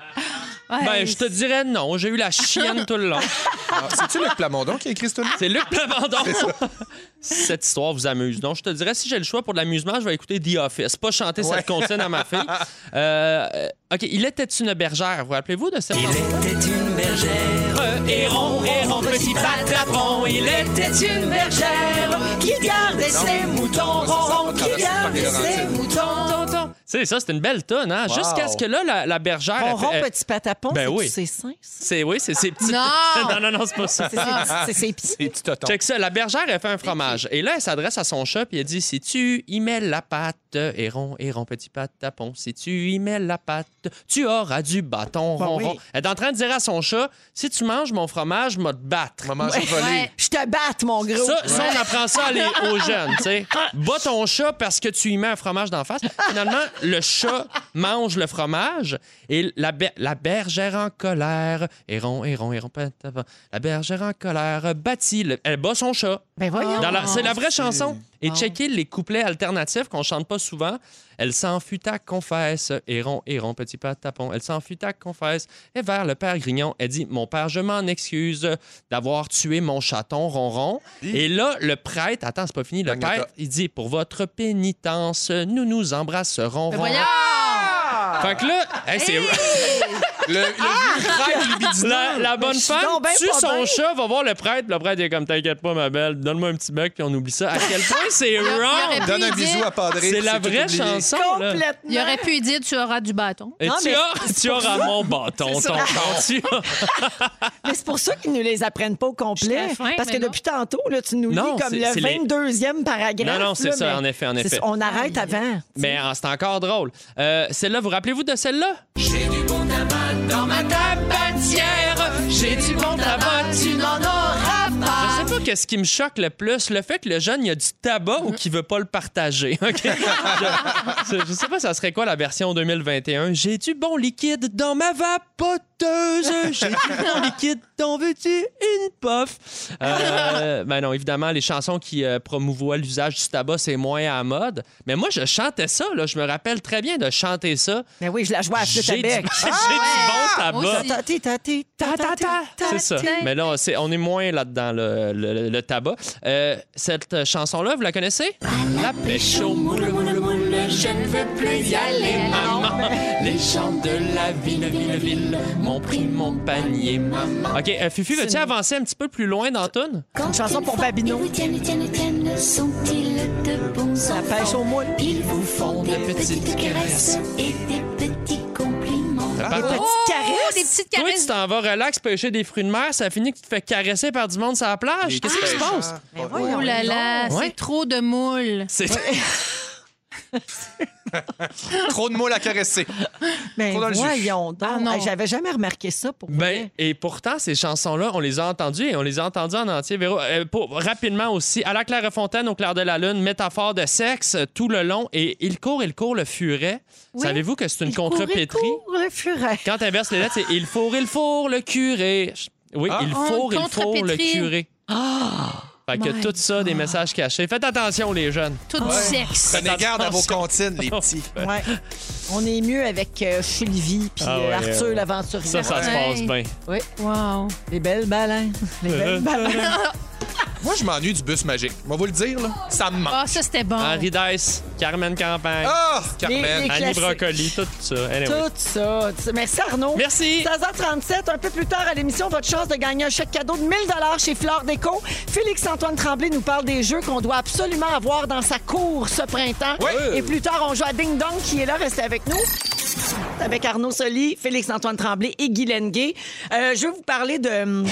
B: ben
D: Ouais,
B: je te dirais non j'ai eu la chienne tout le long
C: Ah, C'est-tu le Plamondon qui a écrit ce tune?
B: C'est Luc Plamondon. Cette histoire vous amuse. Donc, je te dirais, si j'ai le choix pour de l'amusement, je vais écouter The Office. Pas chanter
C: Ouais.
B: cette consigne à ma fille. Euh, euh, OK, il était une bergère. Vous rappelez-vous de cette chanson?
E: était une bergère, héron, héron, petit patapon. Il était une bergère qui gardait ses moutons
C: Ah,
E: ronds, qui gardait ses moutons.
B: C'est ça, c'était une belle tonne, hein?
C: Wow.
B: Jusqu'à ce que là, la, la bergère. elle
A: On
B: fait-
A: rompt
B: elle-
A: petit patapon,
B: Ah, ben
A: c'est
B: oui.
A: tous ses seins, ça.
B: C'est oui, c'est ses petites.
D: Non!
B: non, non, non, c'est pas ça.
A: C'est ses petits- C'est ses petits.
C: Les petits totons.
B: Check ça, la bergère, elle fait un fromage. Et là, elle s'adresse à son chat, puis elle dit Si tu y mets la pâte, Héron, héron, petit patapon, si tu y mets la patte, tu auras du bâton
A: Bah
B: ronron.
A: oui.
B: Elle est en train de dire à son chat, si tu manges mon fromage, m'a te battre.
C: Maman, j'ai volé.
D: Ouais.
A: Je te batte, mon gros.
B: Ça, ça, on apprend ça à les- aux jeunes, tu sais. Bats ton chat parce que tu y mets un fromage d'en face. Finalement, le chat mange le fromage et la, be- la bergère en colère, héron, héron, héron, patapon. la bergère en colère bâtit, le- elle bat son chat.
A: Ben voyons.
B: Dans la- c'est la vraie chanson. Et
A: Ah.
B: checker les couplets alternatifs qu'on chante pas souvent. Elle s'en fut à confesse, héron, héron, petit patapon. Elle s'en fut à confesse. Et vers le père Grignon, elle dit Mon père, je m'en excuse d'avoir tué mon chaton ronron.
C: Hi.
B: Et là, le prêtre, attends, c'est pas fini, le
C: Magnata.
B: prêtre, il dit Pour votre pénitence, nous nous embrasserons.
D: Mais
B: ronron.
D: Ben, voyons!
B: Fait que là, hey, c'est.
C: Le, le
A: Ah,
C: vieux prêtre libidineux.
B: La, la bonne
A: je suis
B: femme
A: donc ben
B: tue
A: pas
B: son
A: bien.
B: chat, va voir le prêtre. Le prêtre est comme T'inquiète pas, ma belle, donne-moi un petit bec, puis on oublie ça. À quel point c'est
D: il aurait
B: wrong!
D: pu
C: Donne un
D: dire-
C: bisou à Padre.
B: C'est la
C: tout
B: vraie
C: oublié.
B: chanson. là.
A: Complètement.
D: Il aurait pu dire tu auras du bâton.
B: Et
A: Non,
B: tu,
A: mais
B: as, tu auras mon bâton,
A: C'est ça.
B: tonton. Tu as-
A: Mais c'est pour ça qu'ils ne les apprennent pas au complet.
D: Jusqu'à la fin,
A: parce que
D: mais non.
A: depuis tantôt, là, tu nous
B: Non,
A: lis comme
B: c'est- c'est
A: le
B: les-
A: 22e paragraphe.
B: Non, non, c'est
A: là,
B: ça,
A: mais
B: en effet, en
A: c'est
B: effet.
A: ça, on arrête avant.
B: Mais ah, c'est encore drôle. Euh, celle-là, vous rappelez-vous de celle-là?
E: J'ai du bon tabac dans ma tabatière. J'ai du bon tabac, tu n'en auras pas.
B: Je sais pas qu'est-ce qui me choque le plus, le fait que le jeune, il a du tabac ou qu'il veut pas le partager. OK? je, je sais pas, ça serait quoi la version 2021? J'ai du bon liquide dans ma vapoteuse. J'ai du bon liquide, t'en veux-tu une pof? Euh, ben non, évidemment, les chansons qui euh, promouvoient l'usage du tabac, c'est moins à la mode. Mais moi, je chantais ça, là. Je me rappelle très bien de chanter ça.
A: Mais oui, je la joue à flûte
B: J'ai
A: à
B: du, j'ai
A: bec.
B: du bon
D: Moi
B: tabac.
D: aussi.
A: Ta- ta- ta- ta- ta- ta-
B: C'est ça. Mais là, on- c'est- on est moins là-dedans, le, le- le tabac. Euh, cette euh, chanson-là, vous la connaissez? La pêche au moule, moule, moule, je ne veux plus y aller, maman. Les gens de la ville, ville, ville m'ont pris mon panier, maman. OK, euh, Fufu, veux-tu avancer un petit peu plus loin dans Toon?
F: Quand
A: Une chanson
F: ils
A: pour
F: font-
A: Babino.
F: Ils vous tiennent, ils tiennent, ils tiennent, sont-ils de bons
A: La
F: enfants
A: pêche au moule.
F: Ils vous font des
B: des petites
F: petites caresses et des petits compliments.
B: Ah.
A: Des petites
D: Oh, des
A: caresses.
D: petites
B: Toi, tu
D: caresses.
B: t'en vas relax pêcher des fruits de mer, ça finit que tu te fais caresser par du monde sur la plage.
C: Les
B: Qu'est-ce qui se
C: pêches.
B: passe?
C: Ah,
A: Mais
C: ouais.
A: voyons.
D: Oh là là,
B: Ouais.
D: c'est trop de moules.
B: C'est-
C: Trop de moules à caresser.
A: Ben
C: Trop dans le jus.
A: voyons donc.
D: Ah non.
A: Hey, J'avais jamais remarqué ça pour
B: Ben, et pourtant, ces chansons-là, on les a entendues et on les a entendues en entier, Véro. Euh, pour- rapidement aussi, à la Claire Fontaine, au clair de la lune, métaphore de sexe euh, tout le long et il court, il court le furet.
D: Oui.
B: Savez-vous que c'est une
A: Il court, il
B: contrepétrie?
A: court, le furet.
B: Quand tu inverses les lettres, c'est il fourre, il fourre le curé. Oui,
C: Ah.
B: il
D: Oh,
B: fourre,
D: une
B: il fourre le
D: contrepétrie.
B: curé.
A: Ah!
B: Fait
A: Oh
B: que
D: My
B: tout ça, des messages cachés. Faites attention, les jeunes.
D: Tout du sexe.
C: Prenez garde à vos comptines, les petits.
A: Ouais. On est mieux avec euh, Sylvie puis
B: Ah ouais,
A: euh, Arthur
B: ouais.
A: l'aventurier.
B: Ça, Eh ça se passe bien.
D: Wow.
A: Les belles baleines. Les belles baleines.
C: Moi, je m'ennuie du bus magique. On va vous le dire, là. Ça me manque.
D: Ah, ça, c'était bon.
B: Henri Dice, Carmen Campagne,
C: Ah,
A: Les-
C: Carmen.
A: Oh, les-
B: Annie
A: classique.
B: Brocoli, tout ça. Anyway.
A: Tout ça. Tu- Merci Arnaud.
B: Merci.
A: 16h37, un peu plus tard à l'émission, votre chance de gagner un chèque cadeau de 1000 chez Fleur Déco. Félix-Antoine Tremblay nous parle des jeux qu'on doit absolument avoir dans sa cour ce printemps.
C: Ouais.
A: Et plus tard, on joue à Ding Dong qui est là. Restez avec nous. Avec Arnaud Soli, Félix-Antoine Tremblay et Guy Lenguet. Euh, je veux vous parler de... hum,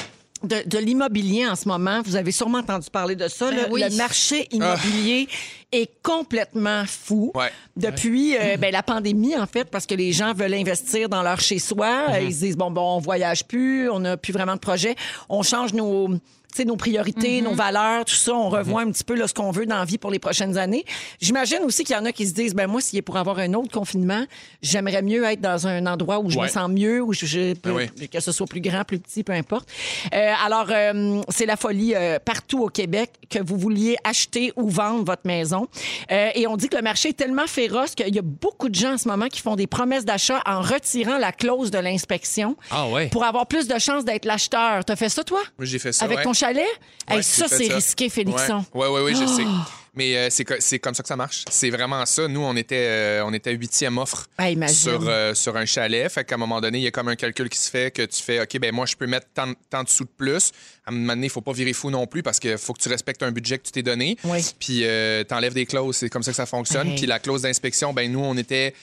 A: De, de l'immobilier en ce moment. Vous avez sûrement entendu parler de ça. là.
D: oui.
A: Le marché immobilier est complètement fou
C: Ouais.
A: depuis euh, ben, la pandémie, en fait, parce que les gens veulent investir dans leur chez-soi.
C: Mhm.
A: Euh, Ils se disent, bon, bon, on voyage plus, on n'a plus vraiment de projet. On change nos tu sais, nos priorités,
C: Mhm.
A: nos valeurs, tout ça, on revoit un petit peu là, ce qu'on veut dans la vie pour les prochaines années. J'imagine aussi qu'il y en a qui se disent, ben moi, s'il est pour avoir un autre confinement, j'aimerais mieux être dans un endroit où je me
C: Ouais.
A: sens mieux, où je, je-
C: Ben oui.
A: que ce soit plus grand, plus petit, peu importe. Euh, alors, euh, c'est la folie euh, partout au Québec que vous vouliez acheter ou vendre votre maison. Euh, et on dit que le marché est tellement féroce qu'il y a beaucoup de gens en ce moment qui font des promesses d'achat en retirant la clause de l'inspection
B: Ah ouais.
A: pour avoir plus de chances d'être l'acheteur. T'as fait ça, toi?
C: Moi, j'ai fait ça.
A: Avec
C: ouais.
A: ton chalet?
C: Ouais,
A: Hey, ça,
C: j'ai fait
A: c'est risqué, Félixon. Ah!
C: Ouais, ouais, ouais, ouais, je sais. Mais euh, c'est co- c'est comme ça que ça marche. C'est vraiment ça. Nous, on était, euh, on était huitième offre
A: Ah, imagine.
C: sur, euh, sur un chalet. Fait qu'à un moment donné, il y a comme un calcul qui se fait que tu fais, OK, ben moi, je peux mettre tant, tant de sous de plus. À un moment donné, il faut pas virer fou non plus parce qu'il faut que tu respectes un budget que tu t'es donné.
A: Oui.
C: Puis tu t'enlèves des clauses. C'est comme ça que ça fonctionne.
A: Hey.
C: Puis la clause d'inspection, ben nous, on était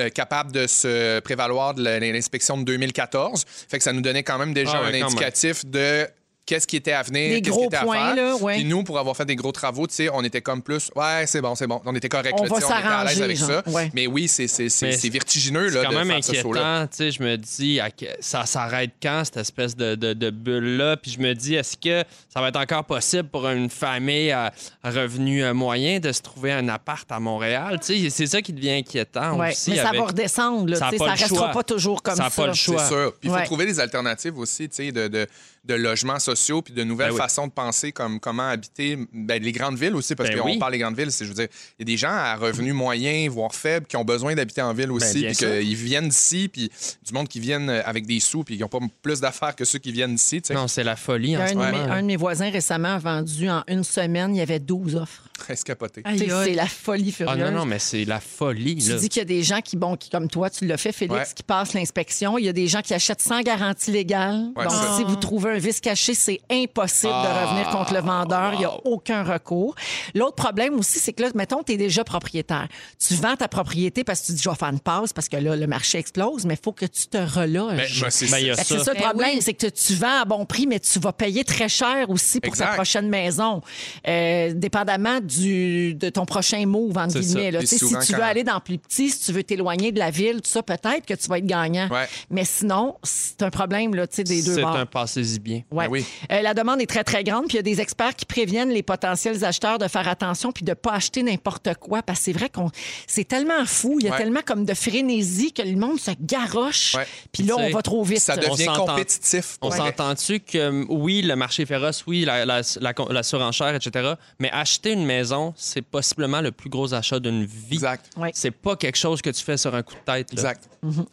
C: euh, capable de se prévaloir de la- l'inspection de 2014. Fait que ça nous donnait quand même déjà
B: Ah ouais,
C: un
B: quand même.
C: indicatif de qu'est-ce qui était à venir,
A: Des
C: qu'est-ce qui
A: gros
C: était à
A: points,
C: faire.
A: là, ouais.
C: Puis nous, pour avoir fait des gros travaux, tu sais, on était comme plus, ouais, c'est bon, c'est bon. On était correct,
A: On
C: là,
A: va
C: tu sais, on était à l'aise
A: s'arranger,
C: avec
A: genre,
C: ça.
A: ouais.
C: Mais oui, c'est c'est-
B: Mais
C: c'est-
B: c'est-
C: c'est vertigineux
B: C'est
C: là,
B: quand
C: de
B: même
C: faire ce show-là.
B: inquiétant, tu sais, je me dis, à que- ça s'arrête quand, cette espèce de, de- de bulle-là? Puis je me dis, est-ce que ça va être encore possible pour une famille à à revenu euh, moyen de se trouver un appart à Montréal? Tu sais, c'est ça qui devient inquiétant
A: Ouais,
B: aussi.
A: mais ça
B: avec-
A: va redescendre. Là,
B: Ça a
A: tu sais,
B: pas
A: ça
B: le
A: restera
B: choix.
A: pas toujours comme ça.
B: Ça a pas le choix.
C: C'est sûr. Puis il faut
A: Ouais.
C: trouver des alternatives aussi, tu sais, de, de, de logements sociaux, puis de nouvelles
B: Ben oui.
C: façons de penser, comme comment habiter ben, les grandes villes aussi, parce
B: Ben
C: qu'on
B: oui.
C: parle des grandes villes, c'est, je veux dire, il y a des gens à revenus moyens, voire faibles, qui ont besoin d'habiter en ville aussi,
B: Ben, bien
C: puis
B: sûr.
C: qu'ils viennent d'ici, puis du monde qui viennent avec des sous, puis qui n'ont pas plus d'affaires que ceux qui viennent d'ici, tu sais.
B: Non, c'est la folie
A: Il y
B: en
A: a un,
B: ce
A: de mes,
B: moment. Ah,
A: un de mes voisins récemment a vendu en une semaine, il y avait 12 offres.
C: Presque capoté.
A: Tu sais, C'est la folie
B: Ah
A: furieuse.
B: non, non, mais c'est la folie.
A: Tu
B: là.
A: dis qu'il y a des gens qui, bon, qui, comme toi, tu l'as fait, Félix,
C: Ouais.
A: qui passent l'inspection. Il y a des gens qui achètent sans garantie légale.
C: Ouais,
A: Donc,
C: ça.
A: si vous trouvez un vice caché, c'est impossible de
B: Ah,
A: revenir contre le vendeur. Il n'y a aucun recours. L'autre problème aussi, c'est que là, mettons, tu es déjà propriétaire. Tu vends ta propriété parce que tu dis, je vais faire une passe parce que là, le marché explose, mais il faut que tu te reloges.
C: Ben, moi, c'est-
B: Ben, il y a
A: Fait que C'est
B: ça.
A: ça le
D: Ben
A: problème, c'est que tu vends à bon prix, mais tu vas payer très cher aussi pour ta
C: Exact.
A: prochaine maison, Euh, dépendamment du, de ton prochain move, entre
B: C'est
A: guillemets. là.
C: Puis
A: Tu sais, Si
C: souvent,
A: tu veux
C: quand-
A: aller dans plus petit, si tu veux t'éloigner de la ville, tout ça, peut-être que tu vas être gagnant.
C: Ouais.
A: Mais sinon, c'est un problème là, tu sais, des deux
B: C'est
A: bords.
B: un passez-y bien.
A: Ouais.
C: Ben oui.
A: Euh, la demande est très, très grande. Puis il y a des experts qui préviennent les potentiels acheteurs de faire attention puis de pas acheter n'importe quoi. Parce que c'est vrai qu'on c'est tellement fou. Il y a
C: Ouais.
A: tellement comme de frénésie que le monde se garoche.
C: Ouais.
A: Puis là,
B: Tu
A: on
B: sais,
A: va trop vite.
C: Ça devient
B: s'entend.
C: compétitif.
B: On
C: pour vrai.
B: s'entend-tu que, euh, oui, le marché est féroce, oui, la, la- la- la surenchère, etc., mais acheter une maison, c'est possiblement le plus gros achat d'une vie.
C: Exact.
A: Ouais.
B: C'est pas quelque chose que tu fais sur un coup de tête. là.
C: Exact.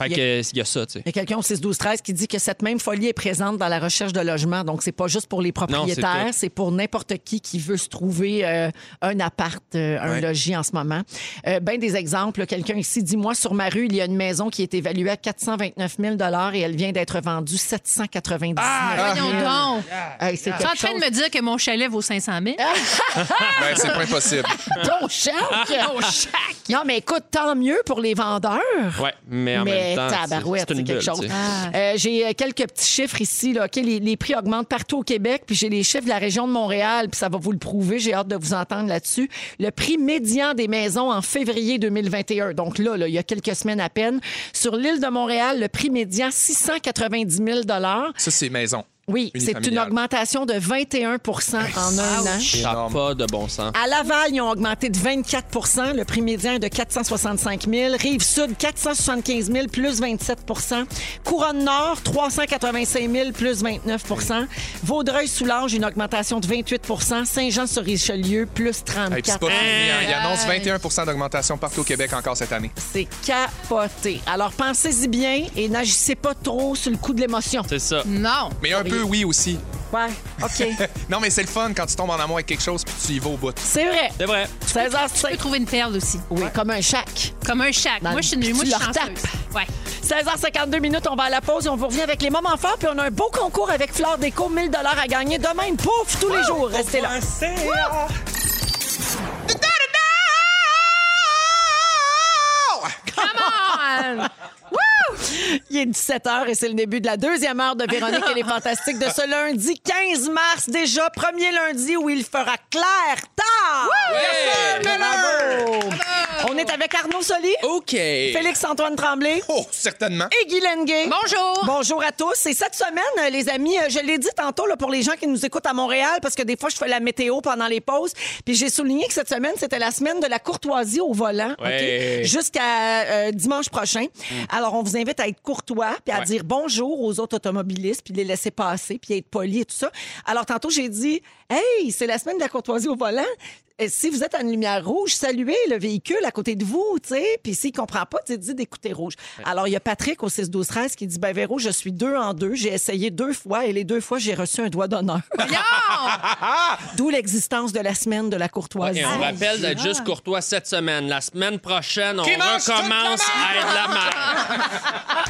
B: Fait que, il y a ça, tu sais.
A: Il y a quelqu'un au 6 12 13 qui dit que cette même folie est présente dans la recherche de logement. Donc c'est pas juste pour les
B: Non,
A: propriétaires,
B: c'est
A: c'est pour n'importe qui qui veut se trouver euh, un appart, euh, un
C: Ouais.
A: logis en ce moment. Euh, ben des exemples, quelqu'un ici dit moi sur ma rue, il y a une maison qui est évaluée à 429 000 dollars et elle vient d'être vendue 799
D: Ah,
A: 000.
D: voyons donc.
A: Hey, c'est
D: Tu es en
A: quelque
D: train de
A: chose. Ah.
D: me dire que mon chalet vaut 500 000?
C: Ben, c'est pas impossible.
A: Ton chèque! Non, mais écoute, tant mieux pour les vendeurs.
B: Ouais, mais en
A: Mais
B: même temps, c'est-
A: tabarouette,
B: c'est
A: c'est
B: une
A: quelque
B: bulle,
A: chose.
B: tu sais.
D: Ah.
A: Euh, j'ai euh, quelques petits chiffres ici. Là, OK? les, les prix augmentent partout au Québec, puis j'ai les chiffres de la région de Montréal, puis ça va vous le prouver. J'ai hâte de vous entendre là-dessus. Le prix médian des maisons en février 2021, donc là, là, il y a quelques semaines à peine, sur l'île de Montréal, le prix médian, 690 000
C: Ça, c'est maison.
A: Oui, c'est une
C: Unifamilial.
A: augmentation de 21 en un an.
B: Ça n'a
C: Énorme.
B: pas de bon sens.
A: À Laval, ils ont augmenté de 24 Le prix médian est de 465 000. Rive-Sud, 475 000, plus 27 Couronne-Nord, 385 000, plus 29 Vaudreuil-Soulanges, une augmentation de 28 Saint-Jean-sur-Richelieu, plus
C: Hey, puis c'est
A: 34
C: pas fini, hein. Il annonce 21 d'augmentation partout au Québec encore cette année.
A: C'est capoté. Alors, pensez-y bien et n'agissez pas trop sur le coup de l'émotion.
B: C'est ça.
D: Non.
C: Mais un peu, oui, aussi.
A: Ouais, OK.
C: Non, mais c'est le fun quand tu tombes en amour avec quelque chose puis tu y vas au bout.
A: C'est vrai.
B: C'est vrai.
A: 16 h 5
D: Tu peux trouver une perle aussi.
A: Oui, comme un chac.
D: Comme un chac.
A: Dans
D: Moi, je suis une
A: le-
D: moi, je suis
A: tu leur
D: chanceuse. Ouais.
A: 16h52 minutes, on va à la pause et on vous revient avec les moments forts. Puis on a un beau concours avec Fleur Déco, 1000 à gagner demain. Pouf, tous les jours. Restez là.
D: Come on!
A: Il est 17h et c'est le début de la deuxième heure de Véronique et les Fantastiques de ce lundi 15 mars déjà. Premier lundi où il fera clair tard. Bravo. On est avec Arnaud Soli,
B: OK.
A: Félix-Antoine Tremblay
C: Oh, certainement.
A: et Guy Lenguet.
D: Bonjour!
A: Bonjour à tous. Et cette semaine, euh, les amis, euh, je l'ai dit tantôt là, pour les gens qui nous écoutent à Montréal, parce que des fois, je fais la météo pendant les pauses. Puis j'ai souligné que cette semaine, c'était la semaine de la courtoisie au volant. OK?
B: Ouais. Mm.
A: Jusqu'à euh, dimanche prochain. Alors, on vous invite à être courtois, puis à dire bonjour aux autres automobilistes, puis les laisser passer, puis être poli et tout ça. Alors, tantôt, j'ai dit Hey, c'est la semaine de la courtoisie au volant. Euh, Si vous êtes à une lumière rouge, saluez le véhicule à côté de vous, tu sais. Puis s'il comprend pas, tu sais, dis d'écouter rouge. Alors, il y a Patrick au 6 12 13 qui dit ben Véro, je suis deux en deux, j'ai essayé deux fois et les deux fois j'ai reçu un doigt d'honneur.
D: Voyons!
A: D'où l'existence de la semaine de la courtoisie. Ah,
B: Et on rappelle d'être juste courtois cette semaine. La semaine prochaine, on recommence à être la mère.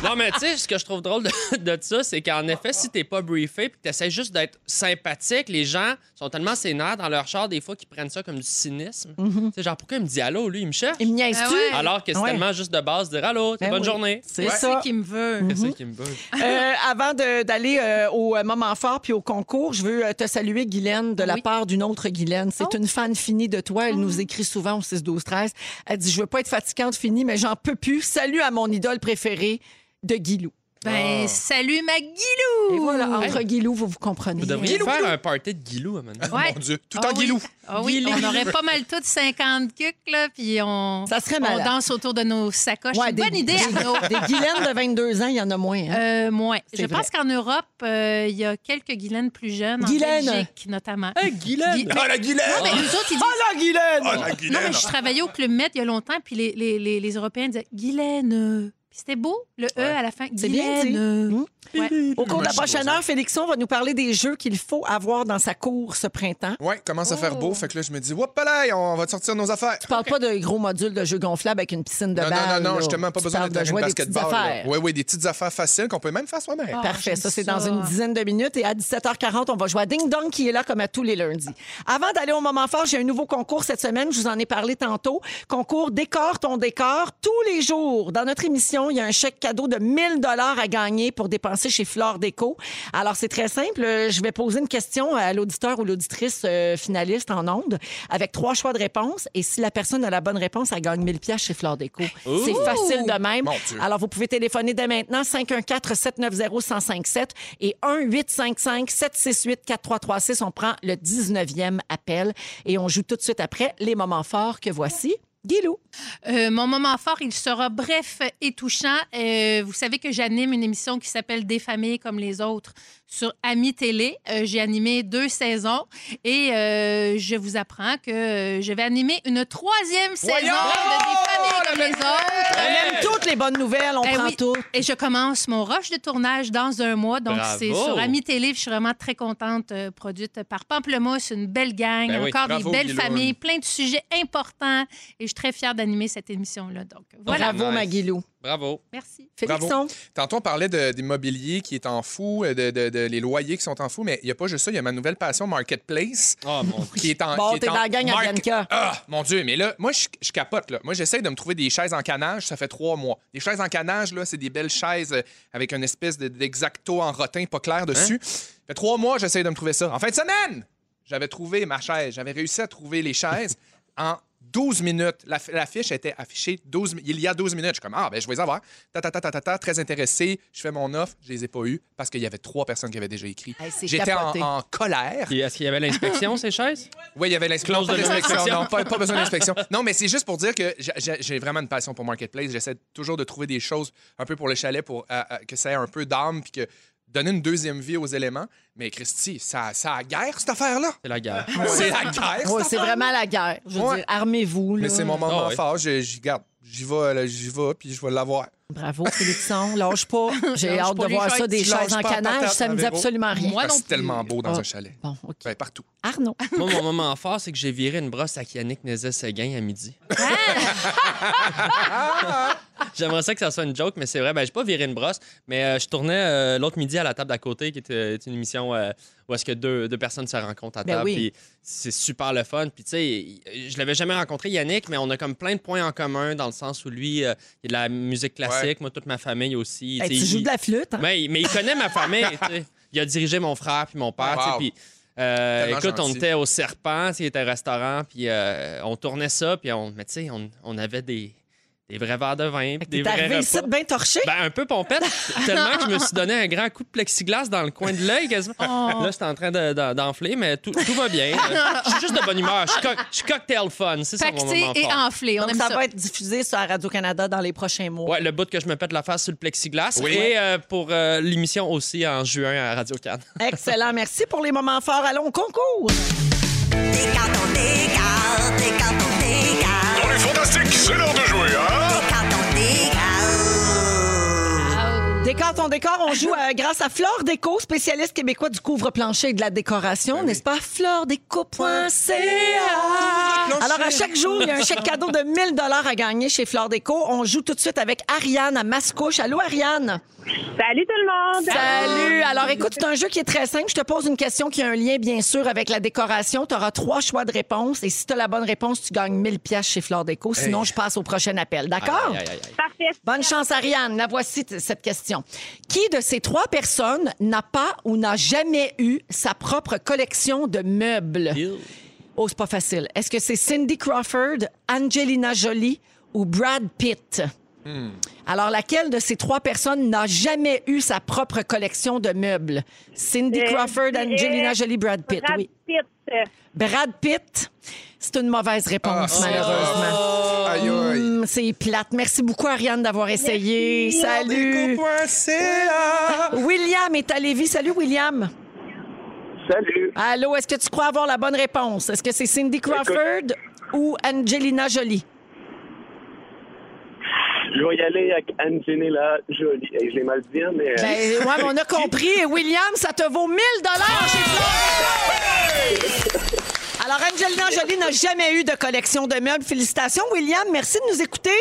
B: Non, mais tu sais, ce que je trouve drôle de, de ça, c'est qu'en effet, si t'es pas briefé puis que t'essaies juste d'être sympathique, les gens sont tellement sénères dans leur char, des fois, qu'ils prennent ça comme du cynisme. Tu sais, genre, pourquoi il me dit allô, lui, il me cherche?
A: Mhm. Il me niaise-tu?
D: Ah ouais.
B: Alors que c'est
A: Ouais.
B: tellement juste de base de dire allô, t'as
A: Ben
B: bonne
A: oui. Mhm.
B: journée.
A: C'est
D: C'est
A: ça. Mm.
D: qui me veut.
B: C'est ça qui me veut.
A: Euh, avant de- d'aller euh, au euh, moment fort puis au concours, je veux euh, te saluer, Guylaine, de la
D: Oui.
A: part d'une autre Guylaine. C'est
D: Oh. Ah.
A: une fan finie de toi. Elle nous écrit souvent au 6-12-13. Elle dit Je veux pas être fatigante finie, mais j'en peux plus. Salut à mon idole préférée de Guilou.
D: Ben,
C: Ah.
D: salut ma
A: Et
D: Guilou!
A: voilà, entre Guilou, vous vous comprenez.
B: Vous devriez
C: Guilou,
B: faire
C: Guilou.
B: un party de Guilou à un moment donné.
D: Ouais.
C: Mon Dieu, tout
D: Ah
C: en
D: oui.
C: guilou.
D: Ah oui,
A: Guilou.
D: on aurait pas mal tout 50 cucs, là, puis on,
A: Ça serait
D: on
A: malade.
D: danse autour de nos sacoches.
A: Ouais,
D: C'est une
A: des-
D: bonne idée,
A: des-
D: Arnaud.
A: Des Guylaines de 22 ans, il y en a moins. hein.
D: Euh, moins.
A: C'est
D: Je pense qu'en Europe, euh, il y a quelques Guylaines plus jeunes,
A: Guylaine.
D: en Belgique notamment.
B: Guilaine!
D: Gui-
C: Ah, la guilaine!
D: Mais nous autres, ils disent-
A: Ah, la Guylaine!
C: Ah, la
D: Non,
C: guilaine!
D: mais je travaillais au Club Med il y a longtemps, puis les, les, les, les Européens disaient Guylaine. euh. Puis c'était beau, le E
B: Ouais.
D: à la fin.
A: C'est bien
D: Guylaine.
A: dit.
D: euh.
A: Mmh.
D: Ouais.
A: Au cours
C: Moi,
A: de la
C: je suis
A: prochaine
C: content.
A: heure, Félixon va nous parler des jeux qu'il faut avoir dans sa cour ce printemps.
C: Ouais, commence à faire
A: Oh.
C: beau. Fait que là, je me dis, là, on va te sortir nos affaires.
A: Tu parles pas de gros modules de jeux gonflables avec une piscine de
C: non,
A: balles.
C: non, non,
A: là.
C: non, justement, pas
A: Tu
C: besoin
A: parles
C: d'être dans
A: de
C: une
A: jouer à des petites
C: basketball.
A: affaires.
C: Oui, oui, des petites affaires faciles qu'on peut même faire soi-même.
D: Ah,
A: Parfait, ça
D: j'aime
A: c'est dans une dizaine de minutes et à 17h40, on va jouer à Ding Dong qui est là comme à tous les lundis. Avant d'aller au moment fort, j'ai un nouveau concours cette semaine, je vous en ai parlé tantôt, concours décor ton décor tous les jours. Dans notre émission, il y a un chèque cadeau de 1000 dollars à gagner pour dépenser chez Flore Déco. Alors c'est très simple, Euh, je vais poser une question à l'auditeur ou l'auditrice euh, finaliste en onde avec trois choix de réponse et si la personne a la bonne réponse, elle gagne 1000 pièces chez Flore Déco. C'est facile de même.
C: Mon Dieu.
A: Alors, vous pouvez téléphoner dès maintenant 514-790-1057 et 1-855-768-4336. On prend le 19e appel et on joue tout de suite après les moments forts que voici. Guilou.
D: Euh, mon moment fort, il sera bref et touchant. Euh, vous savez que j'anime une émission qui s'appelle Des familles comme les autres sur Ami Télé. Euh, J'ai animé deux saisons et euh, je vous apprends que euh, je vais animer une troisième saison de Des familles comme les autres.
A: On aime toutes les bonnes nouvelles, on
D: Eh
A: prend
D: oui.
A: toutes.
D: Et je commence mon rush de tournage dans un mois. Donc,
B: Bravo.
D: c'est sur Ami Télé. Je suis vraiment très contente, euh, produite par Pamplemousse, une belle gang,
B: Ben oui,
D: encore
C: bravo,
D: des belles
C: Guilaine.
D: familles, plein de sujets importants. Et je suis très fière d'animer cette émission-là. Donc, voilà.
A: Bravo,
B: Nice.
A: ma Guilou.
B: Bravo.
D: Merci.
C: Bravo.
A: Félixon,
C: Tantôt, on parlait de- d'immobilier qui est en fou, euh, de, de- de- les loyers qui sont en fou, mais il n'y a pas juste ça. Il y a ma nouvelle passion, Marketplace,
B: Oh mon Dieu.
C: qui est en.
A: bon,
C: Ah, qui est
A: t'es
C: en
A: dans la gang à
C: mark-
A: Bianca.
C: Ah, mon Dieu, mais là, moi, je, je capote. Là. Moi, j'essaie de me trouver des chaises en canage. Ça fait trois mois. Des chaises en canage, là, c'est des belles chaises euh, avec une espèce de- d'exacto en rotin pas clair dessus. Ça fait trois mois, j'essaie de me trouver ça. En fin de semaine, j'avais trouvé ma chaise. J'avais réussi à trouver les chaises en 12 minutes. La, la fiche était affichée 12, mi- il y a 12 minutes. Je suis comme, ah, ben, je vais les avoir. Ta, ta, ta, ta, ta, ta, très intéressé. Je fais mon offre. Je les ai pas eues parce qu'il y avait trois personnes qui avaient déjà écrit.
A: Hey, c'est
C: J'étais en,
A: capoté.
C: en colère.
B: Et Est-ce qu'il y avait l'inspection, ces chaises?
C: Oui, il y avait l'inspection.
B: Clause
C: Pas
B: de
C: d'inspection.
B: non-inspection.
C: Non, pas, pas besoin d'inspection. Non, mais c'est juste pour dire que j'ai- j'ai j'ai vraiment une passion pour Marketplace. J'essaie toujours de trouver des choses un peu pour le chalet, pour euh, euh, que ça ait un peu d'âme, puis que donner une deuxième vie aux éléments. Mais Christy, ça, ça a guerre, cette affaire-là.
B: C'est la guerre.
C: C'est la guerre.
A: Ouais,
C: cette
A: c'est
C: affaire-là.
A: vraiment la guerre. Je veux
C: Ouais.
A: dire, armez-vous.
C: Mais
A: là.
C: c'est mon moment
B: Ah ouais.
C: fort. Je- J'y garde. J'y vais, là, j'y vais, puis je vais l'avoir.
A: Bravo, Félixon. Lâche pas. J'ai
D: Lâche
A: hâte
D: pas
A: de
D: les
A: voir
D: chaises.
A: ça, des
C: Tu lâches
A: chaises en
C: pas la
A: canage.
C: patate,
A: Ça me dit
C: Véro.
A: non rien.
D: Moi
C: Parce
D: non
C: que C'est
D: plus.
C: tellement beau dans
A: Ah.
C: un chalet.
A: Bon, OK.
C: Ben, partout.
A: Arnaud.
B: Moi, mon moment fort, c'est que j'ai viré une brosse à Yannick Nézet-Séguin à midi. J'aimerais ça que ça soit une joke, mais c'est vrai, ben, j'ai pas viré une brosse, mais euh, je tournais euh, l'autre midi à la table d'à côté, qui est, euh, est une émission euh, où est-ce que deux, deux personnes se rencontrent à
A: Ben
B: table.
A: oui.
B: puis C'est super le fun. Puis tu sais, il- je l'avais jamais rencontré, Yannick, mais on a comme plein de points en commun dans le sens où lui, euh, il y a de la musique classique,
C: Ouais.
B: moi, toute ma famille aussi.
A: Hey,
B: Tu sais,
A: tu joues
B: il-
A: de la flûte. hein?
B: mais, mais il connaît ma famille. tu sais. Il a dirigé mon frère puis mon père. tu sais,
C: Wow.
B: puis, euh,
C: Tellement
B: écoute, on
C: gentil.
B: était au Serpent, tu sais, il était au restaurant, puis euh, on tournait ça, puis on, mais tu sais, on, on avait des, des vrais verres de vin, puis des
A: T'es
B: vrais
A: arrivé ici
B: repas.
A: bien torché.
B: Ben, un peu pompette, tellement que je me suis donné un grand coup de plexiglas dans le coin de l'œil quasiment.
D: Oh.
B: Là, j'étais en train de- de- d'enfler, mais tout, tout va bien. Euh, Je suis juste de bonne humeur. Je suis coc- je suis cocktail fun. C'est ça mon
D: Pacté
B: moment
D: et
B: fort.
D: enflé. On
A: Donc,
D: aime
A: ça,
D: ça.
A: va être diffusé sur Radio-Canada dans les prochains mois.
B: Ouais, le bout que je me pète la face sur le plexiglas.
C: Oui.
B: Et euh, pour euh, l'émission aussi en juin à Radio-Can.
A: Excellent. Merci pour les moments forts. Allons au concours.
G: Dans les fantastiques, c'est l'heure de jouer, hein?
D: Ah,
A: Décor J'adore ton décor. On joue euh, grâce à Flore Déco, spécialiste québécois du couvre-plancher et de la décoration,
B: Ben
A: n'est-ce pas? FloreDéco.ca. Alors, à chaque jour, il y a un chèque cadeau de 1000 à gagner chez Flore Déco. On joue tout de suite avec Ariane à Mascouche. Allô, Ariane?
G: Salut tout le monde!
A: Salut! Alors, écoute, c'est un jeu qui est très simple. Je te pose une question qui a un lien, bien sûr, avec la décoration. Tu auras trois choix de réponse et si tu as la bonne réponse, tu gagnes 1000 pièces chez Flore Déco. Sinon, je passe au prochain appel. D'accord?
B: Aïe, aïe, aïe, aïe.
G: Parfait.
A: Bonne chance, Ariane. La voici, t- cette question. Qui de ces trois personnes n'a pas ou n'a jamais eu sa propre collection de meubles? Oh, c'est pas facile. Est-ce que c'est Cindy Crawford, Angelina Jolie ou Brad Pitt?
C: Hmm.
A: Alors, laquelle de ces trois personnes n'a jamais eu sa propre collection de meubles? Cindy
G: Euh,
A: Crawford,
G: euh,
A: Angelina Jolie, Brad Pitt,
G: Brad
A: oui.
G: Pitt.
A: Brad Pitt, c'est une mauvaise réponse,
C: Ah,
A: malheureusement.
D: Oh.
C: Aïe, aïe.
A: Hum, c'est plate. Merci beaucoup, Ariane, d'avoir essayé. Salut.
C: Déco.ca.
A: William est à Lévis. Salut, William.
H: Salut.
A: Allô, est-ce que tu crois avoir la bonne réponse? Est-ce que c'est Cindy Crawford ou Angelina Jolie?
H: Je vais y aller avec Angelina Jolie. Hey, je l'ai mal dit, hein, mais. euh,
A: Ben, ouais, mais on a compris. Et William, ça te vaut 1000 dollars chez Florent. Alors, Angelina Jolie n'a jamais eu de collection de meubles. Félicitations, William. Merci de nous écouter.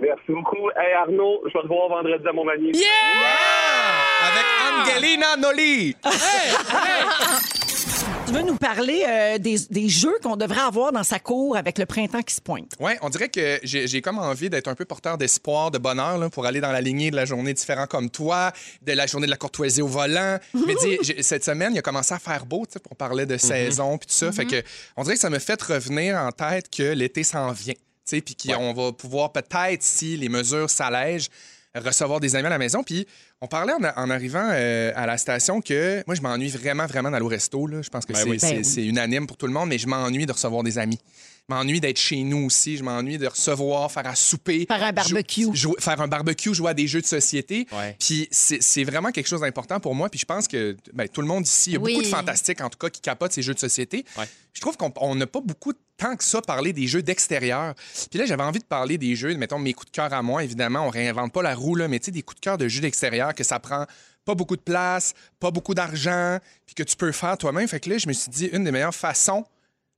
H: Merci beaucoup. Hey, Arnaud, je vais te voir vendredi à Montmagny.
C: Avec Angelina Noli.
A: Tu veux nous parler euh, des, des jeux qu'on devrait avoir dans sa cour avec le printemps qui se pointe.
C: Ouais, on dirait que j'ai j'ai comme envie d'être un peu porteur d'espoir, de bonheur, là, pour aller dans la lignée de la journée différente comme toi, de la journée de la courtoisie au volant. Mais dis, j'ai- cette semaine, il a commencé à faire beau, tu sais, on parlait de saison puis tout ça. Fait que, on dirait que ça me fait revenir en tête que l'été s'en vient, tu sais, puis qu'on va pouvoir peut-être, si les mesures s'allègent, recevoir des amis à la maison. Puis on parlait en, en arrivant euh, à la station que moi, je m'ennuie vraiment, vraiment d'aller au resto. Là. Je pense que
B: Ben
C: c'est
B: oui.
C: c'est-
A: Ben oui.
C: c'est unanime pour tout le monde, mais je m'ennuie de recevoir des amis. Je m'ennuie d'être chez nous aussi. Je m'ennuie de recevoir, faire à souper.
A: Faire un barbecue.
C: jou- jouer- faire un barbecue, jouer à des jeux de société.
B: Ouais.
C: Puis c'est c'est vraiment quelque chose d'important pour moi. Puis je pense que ben, tout le monde ici, il y a
D: Oui.
C: beaucoup de fantastiques, en tout cas, qui capotent ces jeux de société.
B: Ouais.
C: Je trouve qu'on on n'a pas beaucoup de temps que ça parler des jeux d'extérieur. Puis là, j'avais envie de parler des jeux, mettons mes coups de cœur à moi, évidemment, on réinvente pas la roue, là, mais tu sais, des coups de cœur de jeux d'extérieur que ça prend pas beaucoup de place, pas beaucoup d'argent, puis que tu peux faire toi-même. Fait que là, je me suis dit, une des meilleures façons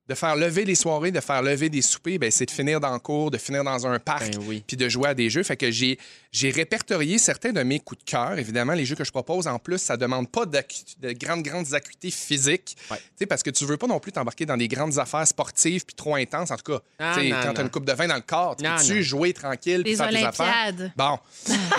C: de faire lever les soirées, de faire lever des soupers, ben, c'est de finir dans le cours, de finir dans un parc,
B: Ben oui.
C: puis de jouer à des jeux. Fait que j'ai, j'ai répertorié certains de mes coups de cœur. Évidemment, les jeux que je propose, en plus, ça demande pas d'acu- de grandes, grandes acuités physiques.
B: Ouais.
C: Tu sais, Parce que tu veux pas non plus t'embarquer dans des grandes affaires sportives puis trop intenses. En tout cas,
B: Ah,
C: tu sais,
B: non,
C: quand tu
B: non.
C: as une coupe de vin dans le corps, tu
B: Non,
C: peux-tu
B: non.
C: jouer tranquille puis
D: Les
C: faire tes affaires?
D: Olympiades.
C: Bon,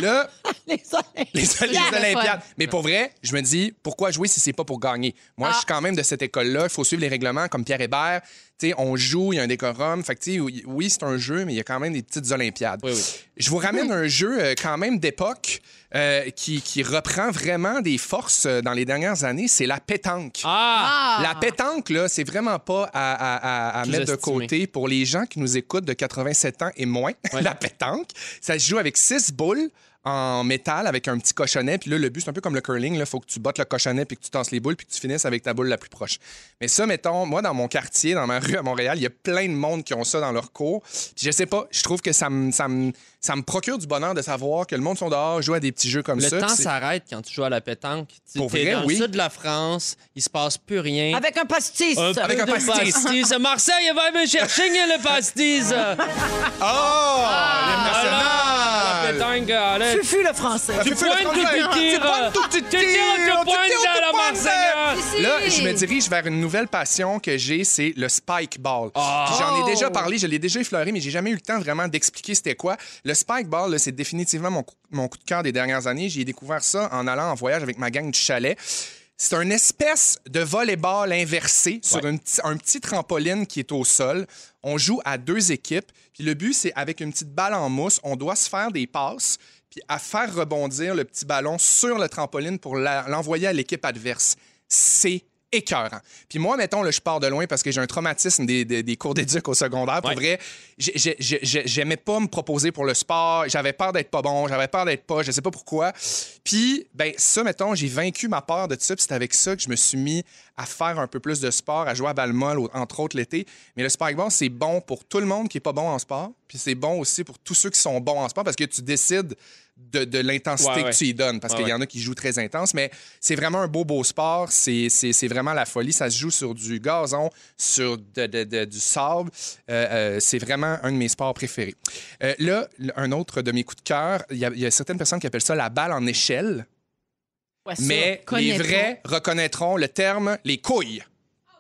C: là,
A: Les
C: les, les
D: le fun.
C: Olympiades. Mais pour vrai, je me dis, pourquoi jouer si c'est pas pour gagner? Moi, je suis quand même de cette école-là. Il faut suivre les règlements comme Pierre Hébert. Tu sais, on joue, il y a un décorum. Fait que, tu sais, oui, oui, c'est un jeu, mais il y a quand même des petites Olympiades.
B: Oui, oui.
C: Je vous ramène un jeu euh, quand même d'époque euh, qui, qui reprend vraiment des forces euh, dans les dernières années. C'est la pétanque.
B: Ah!
C: La pétanque, là, c'est vraiment pas à, à- à- à mettre de
B: Sous-estimé.
C: côté pour les gens qui nous écoutent de 87 ans et moins. La pétanque, ça se joue avec six boules en métal avec un petit cochonnet. Puis là, le but, c'est un peu comme le curling. Il faut que tu bottes le cochonnet, puis que tu tasses les boules, puis que tu finisses avec ta boule la plus proche. Mais ça, mettons, moi, dans mon quartier, dans ma rue à Montréal, il y a plein de monde qui ont ça dans leur cours. Puis je sais pas, je trouve que ça me ça me- ça me procure du bonheur de savoir que le monde sont dehors, joue à des petits jeux comme
B: Le
C: ça.
B: temps
C: puis c'est-
B: s'arrête quand tu joues à la pétanque. Tu
C: Pour
B: es
C: vrai,
B: dans
C: oui.
B: le sud de la France, il se passe plus rien.
A: Avec un pastis.
B: Un peu
C: Avec un
B: de
C: pastis.
B: pastis. Marseille va me chercher le pastis.
C: Oh! L'hymne
B: Ah! La
C: national!
B: pétanque, allez.
A: Fufu le français.
B: Tu pointes ou tu tires?
C: tu
B: Tu tires ou tu pointes à la Marseillaise?
C: Là, je me dirige vers une nouvelle passion que j'ai, c'est le spike ball. Puis J'en ai déjà parlé, je l'ai déjà effleuré, mais j'ai jamais eu le temps vraiment d'expliquer c'était quoi. Le spike ball, là, c'est définitivement mon coup, mon coup de cœur des dernières années. J'ai découvert ça en allant en voyage avec ma gang du chalet. C'est une espèce de volleyball inversé sur une p'ti- un petit trampoline qui est au sol. On joue à deux équipes. Puis le but, c'est avec une petite balle en mousse, on doit se faire des passes puis à faire rebondir le petit ballon sur le trampoline pour la- l'envoyer à l'équipe adverse. C'est écœurant. Puis moi, mettons, là, je pars de loin parce que j'ai un traumatisme des, des, des cours d'éduc au secondaire. Pour
B: Ouais.
C: vrai, j'ai- j'ai- j'ai- j'ai- j'aimais pas me proposer pour le sport. J'avais peur d'être pas bon, j'avais peur d'être pas, je sais pas pourquoi. Puis, ben ça, mettons, j'ai vaincu ma peur de ça. Puis c'est avec ça que je me suis mis à faire un peu plus de sport, à jouer à balle molle, au- entre autres l'été. Mais le spikeball, c'est bon pour tout le monde qui est pas bon en sport. Puis c'est bon aussi pour tous ceux qui sont bons en sport parce que tu décides de, de l'intensité
B: Ouais, ouais.
C: que tu y donnes, parce
B: Ouais,
C: qu'il y
B: ouais.
C: en a qui jouent très intense, mais c'est vraiment un beau, beau sport. C'est c'est- c'est vraiment la folie. Ça se joue sur du gazon, sur de- de- de- du sable. Euh, euh, c'est vraiment un de mes sports préférés. Euh, là, l- un autre de mes coups de cœur, il y, a- il y a certaines personnes qui appellent ça la balle en échelle,
A: Ouais, ça.
C: mais les
D: connaît
C: vrais reconnaîtront le terme les couilles.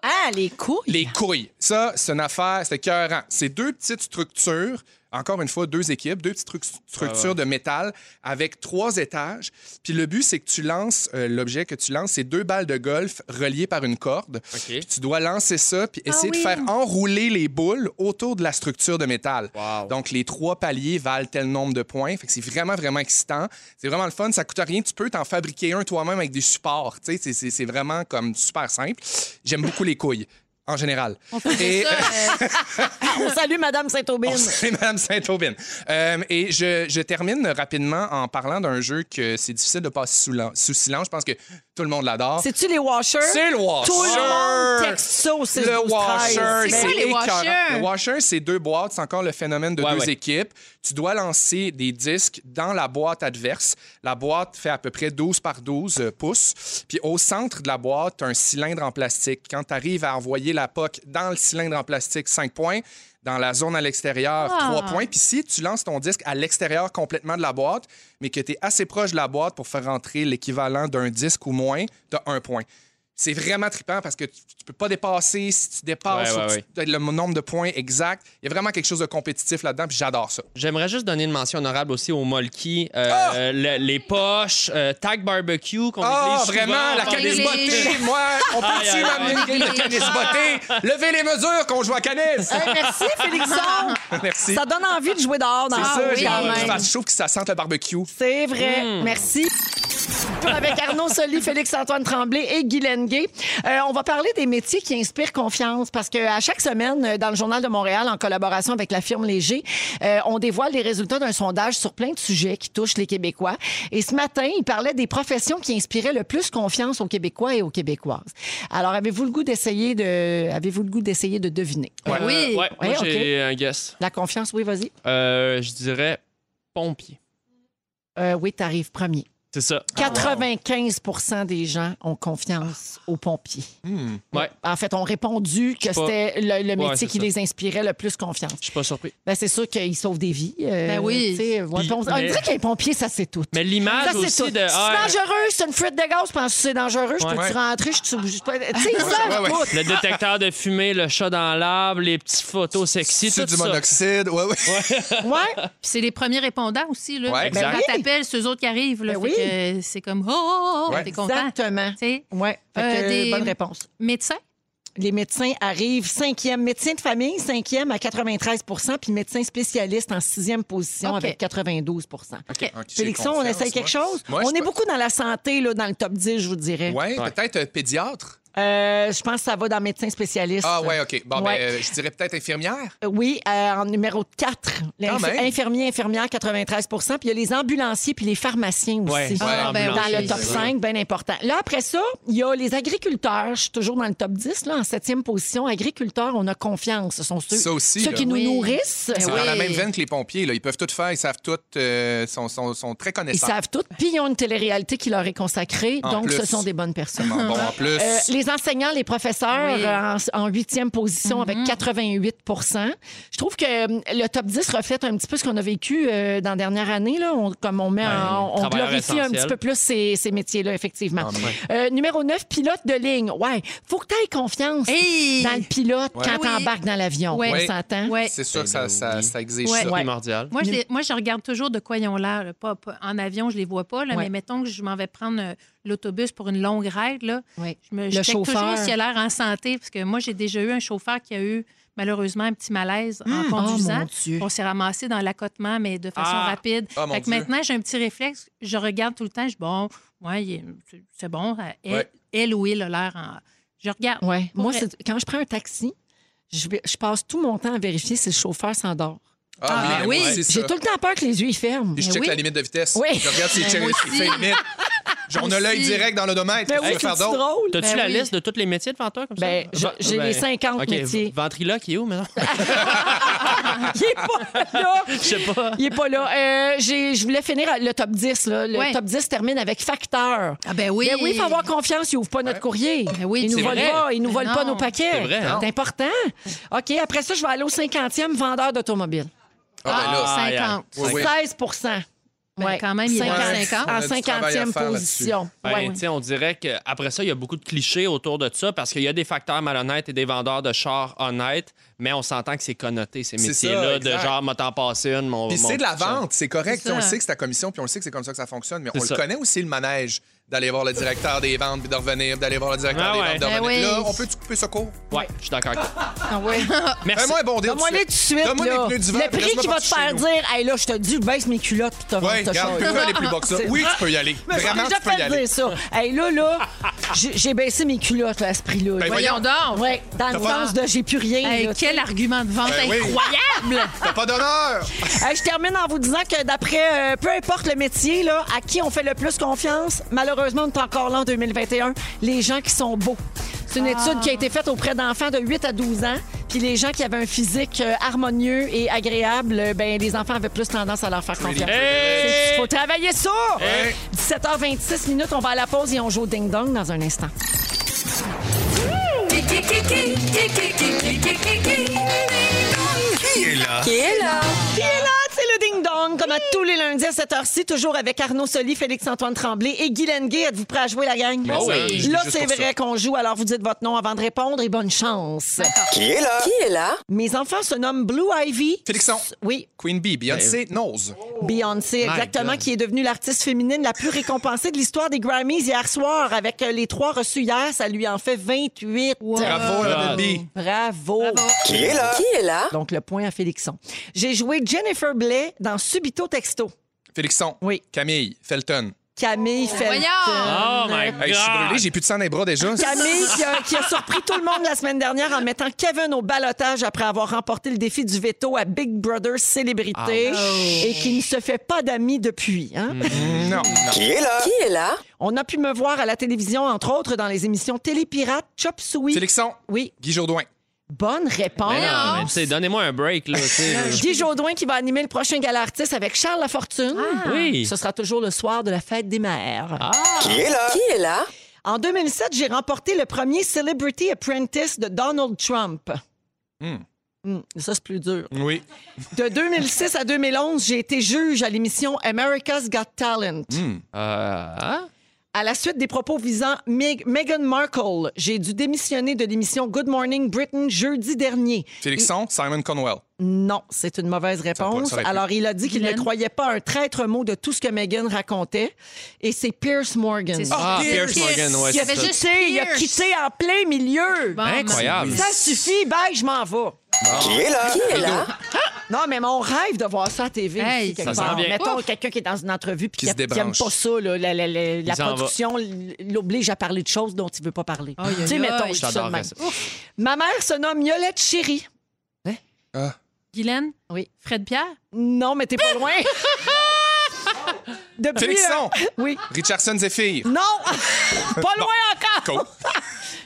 A: Ah, les couilles!
C: Les couilles. Ça, c'est une affaire, c'est écœurant. C'est deux petites structures, encore une fois, deux équipes, deux petites truc- structures de métal avec trois étages. Puis le but, c'est que tu lances, euh, l'objet que tu lances, c'est deux balles de golf reliées par une corde.
B: OK.
C: Puis tu dois lancer ça, puis essayer
D: oui.
C: de faire enrouler les boules autour de la structure de métal.
B: Wow.
C: Donc, les trois paliers valent tel nombre de points. Fait que c'est vraiment, vraiment excitant. C'est vraiment le fun. Ça coûte rien. Tu peux t'en fabriquer un toi-même avec des supports. Tu sais, c'est- c'est c'est vraiment comme super simple. J'aime beaucoup les couilles, en général.
D: On faisait
C: Et-
D: ça, euh,
A: On salue Ah, Madame Saint-Aubine.
C: On salue Madame Saint-Aubin. Euh, et je, je termine rapidement en parlant d'un jeu que c'est difficile de passer sous, lan- sous silence. Je pense que tout le monde l'adore.
A: C'est-tu les washers?
C: C'est le washer.
A: Tout le monde texte ça au 6
C: Le
A: 12 13.
C: washer,
D: C'est quoi les
C: écœurant.
D: washers?
C: Le washer, c'est deux boîtes. C'est encore le phénomène de
B: Ouais,
C: deux
B: ouais.
C: équipes. Tu dois lancer des disques dans la boîte adverse. La boîte fait à peu près 12 par 12 euh, pouces. Puis au centre de la boîte, t'as un cylindre en plastique. Quand tu arrives à envoyer la POC dans le cylindre en plastique, 5 points. Dans la zone à l'extérieur,
D: Ah.
C: 3 points. Puis si tu lances ton disque à l'extérieur complètement de la boîte, mais que tu es assez proche de la boîte pour faire rentrer l'équivalent d'un disque ou moins, tu as un point. C'est vraiment trippant parce que tu, tu peux pas dépasser. Si tu dépasses,
B: Ouais, ouais,
C: faut que tu- le nombre de points exact. Il y a vraiment quelque chose de compétitif là-dedans, puis j'adore ça.
B: J'aimerais juste donner une mention honorable aussi au Molki, euh, euh, le- les poches, euh, Tag Barbecue qu'on
C: Ah,
B: néglige souvent.
C: vraiment, la
B: On
C: canisse
D: les-
C: bottée. Moi, on peut-tu
B: aïe,
C: m'amener
B: aïe.
C: une game de canisse bottée? Levez les mesures qu'on joue à canisse!
A: Hey, Ben, merci, Félixon.
C: Merci.
A: Ça donne envie de jouer dehors dans
C: C'est
D: Ah
C: ça,
D: oui,
C: j'ai envie
D: quand
C: qu'il
D: même.
C: fasse chaud, que ça sente le barbecue.
A: C'est vrai. Merci. Avec Arnaud Soli, Félix-Antoine Tremblay et Guy Lenguet. Euh, on va parler des métiers qui inspirent confiance parce qu'à chaque semaine, euh, dans le Journal de Montréal, en collaboration avec la firme Léger, euh, on dévoile les résultats d'un sondage sur plein de sujets qui touchent les Québécois. Et ce matin, il parlait des professions qui inspiraient le plus confiance aux Québécois et aux Québécoises. Alors, avez-vous le goût d'essayer de, avez-vous le goût d'essayer de deviner?
D: Ouais.
B: Euh,
D: Oui.
B: ouais, moi,
A: Ouais,
B: j'ai un guess.
A: La confiance, oui, vas-y.
B: Euh, je dirais pompier.
A: Euh, oui, t'arrives premier.
B: C'est ça.
A: 95 des gens ont confiance aux pompiers.
B: Ouais,
A: En fait, ont répondu que
B: pas-
A: c'était le, le métier
B: Ouais, c'est
A: qui
B: ça.
A: les inspirait le plus confiance.
B: je suis pas surpris.
A: Ben, c'est sûr qu'ils sauvent des vies. euh,
D: Ben oui.
A: tu sais, ouais,
B: Puis-
A: on, on
B: mais-
A: dirait qu'un pompier, ça c'est tout.
B: Mais l'image
A: ça,
B: aussi
A: c'est tout.
B: de.
A: Si
B: ah,
A: c'est dangereux, c'est une fuite de gaz, je pense que c'est dangereux, je
C: Ouais.
A: peux-tu rentrer, je suis obligé- Tu sais, ça,
C: ouais, ouais.
A: tout.
B: le détecteur de fumée, le chat dans l'arbre, les petites photos sexy,
C: C'est
B: tout
C: du
B: ça.
C: monoxyde. Ouais, ouais.
A: Ouais.
D: Puis c'est les premiers répondants aussi. Là.
C: Ouais,
D: Quand
B: exact.
D: t'appelles, ceux autres qui arrivent. Là,
A: Ben
D: Fait que c'est comme oh, oh, oh,
C: Ouais.
D: t'es content.
A: Exactement.
D: Tu sais,
A: Ouais. Fait que,
D: Euh, des-
A: Bonne réponse.
D: médecin,
A: Les médecins arrivent cinquième. Médecin de famille, cinquième à 93 puis médecin spécialiste en sixième position
D: OK.
A: avec 92
C: Ok, j'ai
A: Félixon, on
C: confiance,
A: essaye quelque
C: moi.
A: chose?
C: Moi,
A: on
C: je
A: est
C: pe-
A: beaucoup dans la santé, là, dans le top 10, je vous dirais.
C: Ouais,
B: Ouais.
C: peut-être euh, pédiatre.
A: Euh, je pense que ça va dans médecin spécialiste.
C: Ah, ouais, OK. Bon,
A: Ouais.
C: ben, euh, je dirais peut-être infirmière.
A: Euh, Oui, euh, en numéro 4,
C: Quand même.
A: infirmier, infirmière, 93 Puis il y a les ambulanciers puis les pharmaciens aussi.
B: Ouais,
D: Ah, ben
B: ambulancier,
A: Dans le top
B: c'est
A: 5, bien important. Là, après ça, il y a les agriculteurs. Je suis toujours dans le top 10, là, en septième position. Agriculteurs, on a confiance. Ce sont ceux,
C: Ça aussi,
A: ceux
C: là.
A: qui nous
D: Oui.
A: nourrissent.
D: Ben
C: C'est
D: oui.
C: dans la même veine que les pompiers. Là. Ils peuvent tout faire, ils savent tout, euh, sont, sont, sont très
A: Ils
C: connaissants.
A: savent tout. Puis ils ont une télé-réalité qui leur est consacrée.
C: En
A: donc,
C: plus.
A: ce sont des bonnes personnes.
C: Bon, bon, en plus,
A: Euh, les enseignants, les professeurs
D: Oui. Mhm.
A: euh, en- en huitième position avec 88 Je trouve que euh, le top 10 reflète un petit peu ce qu'on a vécu euh, dans la dernière année. Là. On, comme on met en- on
B: travailleurs
A: glorifie un
B: essentiels.
A: petit peu plus ces, ces métiers-là, effectivement.
C: Ah, ouais.
A: Euh, numéro 9, pilote de ligne. Ouais, faut que tu aies confiance
D: Hey!
A: dans le pilote
C: Ouais.
A: quand
D: Oui.
A: tu embarques dans l'avion.
D: Ouais.
A: On s'entend?
D: ouais.
C: c'est sûr que ça,
B: Ben,
C: ça,
B: oui.
C: ça exige
D: Ouais.
C: ça.
A: Ouais.
B: Primordial.
D: Moi je, les- moi, je regarde toujours de quoi ils ont l'air. là. Pas, pas- en avion, je les vois pas, là,
A: Ouais.
D: mais mettons que je m'en vais prendre euh, l'autobus pour une longue ride. Là,
A: Ouais.
D: je me
A: Le
D: je check
A: chauffeur.
D: toujours s'il a l'air en santé, parce que moi, j'ai déjà eu un chauffeur qui a eu malheureusement un petit malaise en
A: Oh,
D: conduisant.
A: mon Dieu.
D: On s'est ramassé dans l'accotement, mais de façon
B: Ah.
D: rapide.
C: Ah, mon
D: fait que
C: Dieu.
D: maintenant, j'ai un petit réflexe. Je regarde tout le temps. Je dis, bon, ouais, il est- c'est- c'est bon. Elle,
C: Ouais.
D: elle ou il a l'air en. Je regarde.
A: Ouais.
D: Pour
A: Moi,
D: vrai.
A: c'est- quand je prends un taxi, je, vais- je passe tout mon temps à vérifier si le chauffeur s'endort.
D: Ah,
C: mais
D: oui.
C: moi, c'est ça.
A: J'ai tout le temps peur que les yeux ils ferment.
C: Et Je
D: Mais
C: check
D: oui.
C: la limite de vitesse.
A: Ben Oui.
C: Je regarde si
D: Mais
C: check
D: moi aussi.
C: limite. On a l'œil
D: Aussi.
C: direct dans l'odomètre.
A: Mais
C: Qu'est-ce que
A: oui,
C: tu veux
A: c'est
C: faire d'autre?
A: drôle.
B: T'as-tu
D: Ben
B: la
D: oui.
B: liste de tous les métiers devant toi comme
A: Ben,
B: ça?
A: je- j'ai les 50
B: OK,
A: métiers.
B: Ventriloque, il est où maintenant?
A: Il est pas là.
B: Je sais pas.
A: Il est pas là. Euh, j'ai- je voulais finir le top 10. Là. Le
D: Ouais.
A: top 10 termine avec facteur.
D: Ah ben oui.
A: Mais oui, il faut avoir confiance. Ils n'ouvrent pas notre courrier.
D: Ben oui,
A: ils nous
D: c'est
A: volent
B: vrai.
A: pas. Ils nous
D: Mais
A: volent pas
D: non.
A: nos paquets.
B: C'est vrai, hein?
A: important. OK, après ça, je vais aller au 50e vendeur d'automobile.
D: Ah,
B: Ah, yeah.
D: 50.
C: ben Oui, oui.
A: 16
D: Ben, quand même, il est
A: Cinquante-
D: dans 50.
A: En
C: On a du travail à
A: 50e
C: faire
A: position.
B: Ben,
A: Ouais.
B: tu sais, On dirait qu'après ça, il y a beaucoup de clichés autour de ça parce qu'il y a des facteurs malhonnêtes et des vendeurs de chars honnêtes, mais on s'entend que c'est connoté, ces
C: C'est ça,
B: métiers-là, de
C: exact.
B: genre, m'a t'en passé une, mon.
C: Puis
B: mon
C: c'est de la
B: petit char.
C: vente, c'est correct.
D: C'est
C: Puis On le
D: ça.
C: sait que c'est ta commission, puis on le sait que c'est comme ça que ça fonctionne, mais on
B: C'est
C: le
B: ça.
C: connaît aussi le manège d'aller voir le directeur des ventes, puis de revenir, puis d'aller voir le directeur
B: Ah ouais.
C: des ventes, de
D: Ben
C: revenir.
D: oui.
C: Là, on peut tu couper ce cours?
B: Ouais, je suis d'accord avec toi.
A: Ah ouais.
B: Merci.
C: Fais-moi un bon deal.
A: Donne-moi les tout de suite.
C: Donne-moi
A: là.
C: les pneus d'hiver.
A: le
C: puis
A: prix
C: laisse-moi
A: qui va te
C: partir chez
A: faire
C: nous.
A: dire Hey là, je te dis, baisse mes culottes puis t'as
C: Ouais, regarde, tu peux aller plus bas que ça.
A: C'est-
C: Oui, tu peux y aller.
A: Mais ça m'a
C: Vraiment,
A: déjà
C: tu peux y
A: fait
C: aller.
A: dire ça. Hey, là, là, j'ai j'ai baissé mes culottes là, à ce prix-là.
C: Ben,
D: Voyons donc.
A: Ouais, dans le
C: pas-
A: sens de j'ai plus rien.
D: Hey,
A: là, tu
D: quel argument de vente
C: Ben oui.
D: incroyable!
C: T'as pas d'honneur!
A: Hey, je termine en vous disant que d'après euh, peu importe le métier, là, à qui on fait le plus confiance, malheureusement, on est encore là en 2021, les gens qui sont beaux. C'est
D: Ah.
A: une étude qui a été faite auprès d'enfants de 8 à 12 ans. Puis les gens qui avaient un physique euh, harmonieux et agréable, euh, ben les enfants avaient plus tendance à leur faire confiance.
B: Hey!
A: Il faut travailler ça!
C: Hey!
A: 17h26 minutes, on va à la pause et on joue au ding-dong dans un instant. Qui est là? C'est le ding-dong, comme à tous les lundis à cette heure-ci, toujours avec Arnaud Soli, Félix-Antoine Tremblay et Guy Lenguet. Êtes-vous prêts à jouer la gang?
B: Oh oui.
A: Là,
C: Bah Juste
A: c'est
C: pour ça.
A: vrai qu'on joue, alors vous dites votre nom avant de répondre et bonne chance.
I: Qui est là?
A: Mes enfants se nomment Blue Ivy.
C: Félixon,
A: Oui,
C: Queen Bee,
B: Ben
C: Beyoncé, Nose.
A: Beyoncé,
C: Oh
A: exactement,
B: God.
A: qui est devenue l'artiste féminine la plus récompensée de l'histoire des Grammys hier soir avec euh, les trois reçus hier. Ça lui en fait 28.
C: Bravo,
B: Ah,
C: la Bee.
A: Bravo.
I: Qui est là? Qui est là?
A: Donc, le point à Félixon. J'ai joué Jennifer Blais dans Subito Texto.
C: Félixon,
A: Oui,
C: Camille, Felton.
A: Camille Felton.
B: Oh my God!
C: Hey, je suis brûlé, j'ai plus de sang dans les bras déjà.
A: Camille qui a, qui a surpris tout le monde la semaine dernière en mettant Kevin au balotage après avoir remporté le défi du veto à Big Brother
B: Ah,
A: Célébrité
B: ben
A: et qui ne se fait pas d'amis depuis. hein.
B: Hmm.
C: Non, non.
I: Qui est là? Qui est là?
A: On a pu me voir à la télévision, entre autres, dans les émissions Télépirate, Chop Suey.
C: Félixon,
A: Oui,
C: Guy Jourdouin.
A: bonne réponse.
B: Mais Ben non, mais tu sais, donnez-moi un break, là. tu sais.
A: Euh, Guy Jodoin qui va animer le prochain gala artiste avec Charles Lafortune.
B: Oui.
A: Ah. Ce sera toujours le soir de la fête des mères.
I: Qui est là? Ah. Qui est là?
A: En 2007, j'ai remporté le premier Celebrity Apprentice de Donald Trump.
C: Hmm.
A: Hmm, ça, c'est plus dur.
C: Oui.
A: De 2006 à 2011, j'ai été juge à l'émission America's Got Talent.
I: Hmm.
B: Euh, hein?
A: À la suite des propos visant Meg- Meghan Markle, j'ai dû démissionner de l'émission Good Morning Britain jeudi dernier.
C: Félixon, Simon Conwell.
A: Non, c'est une mauvaise réponse.
C: ça aurait pu.
A: Alors, il a dit qu'il ne
D: Guylaine.
A: croyait pas un traître mot de tout ce que Meghan racontait. Et c'est Pierce Morgan.
D: C'est ça.
B: Ah,
D: Pierce.
B: Pierce Morgan, ouais,
A: Il a,
B: c'est ça.
D: juste
A: quitté, il a
D: Pierce.
A: quitté en plein milieu.
D: Bon,
B: Incroyable.
A: Ça suffit, bye, je m'en vais.
I: Qui est là? Qui est là?
A: Ah! Non, mais mon rêve de voir ça à TV.
D: Hey,
A: ici, quelque
B: ça s'en
A: part.
B: vient.
A: Mettons
D: Ouf.
A: quelqu'un qui est dans une entrevue puis
C: Qui
A: qui
C: se
A: n'aime
C: débranche.
A: pas ça. là, la la- la- la
B: Il s'en va.
A: production l- l'oblige à parler de choses dont il ne veut pas parler.
D: Aïe,
A: tu sais,
D: aïe,
A: mettons, je
D: aïe.
A: dis ça de
B: J'adorerais
A: même.
B: ça.
A: Ma mère se nomme Yolette Chéri.
D: Guylaine?
A: Oui.
D: Fred Pierre?
A: Non, mais t'es pas loin. Depuis.
C: Félixon!
A: euh, oui.
C: Richardson Zephyr.
A: Non! pas loin encore!
C: Co.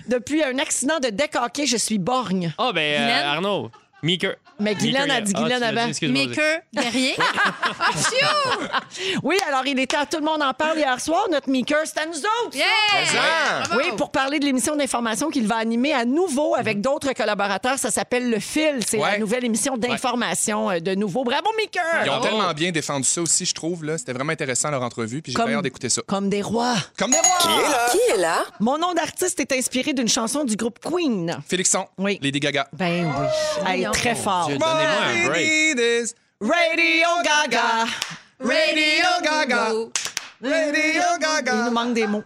A: Depuis un accident de deck hockey, je suis borgne.
B: Ah, ben, euh,
D: Guylaine?
B: Arnaud. Meeker.
A: Mais Guylaine
B: Meeker,
A: a dit
B: ah, tu
A: Guylaine
B: l'as dit,
A: avant.
B: excuse-moi.
D: Maker? Guerrier? Ah, chiou!
A: Oui, alors il était à Tout le monde en parle hier soir, notre Meeker. C'est à nous autres!
D: Yeah!
C: Bonsoir.
D: Bravo!
A: Oui, pour parler de l'émission d'information qu'il va animer à nouveau avec d'autres collaborateurs. Ça s'appelle Le Fil. C'est la
C: Mhm. Ouais.
A: nouvelle émission d'information euh, de nouveau. Bravo,
C: Ils
A: Meeker!
C: ont tellement bien défendu ça aussi, je trouve. là. C'était vraiment intéressant leur entrevue, puis j'ai
A: Comme-
C: bien hâte d'écouter ça.
A: Comme des rois.
C: Comme des rois!
I: Qui est là? Qui est là?
A: Mon nom d'artiste est inspiré d'une chanson du groupe Queen.
C: Félixon,
A: Oui.
C: Lady Gaga.
A: Ben oui. Hey,
D: mignon.
A: très fort.
B: Dieu, donnez-moi un
C: What
B: break.
C: we need is
A: Radio Gaga.
C: Radio Gaga. Radio
A: Il
C: Gaga.
A: nous manque des mots.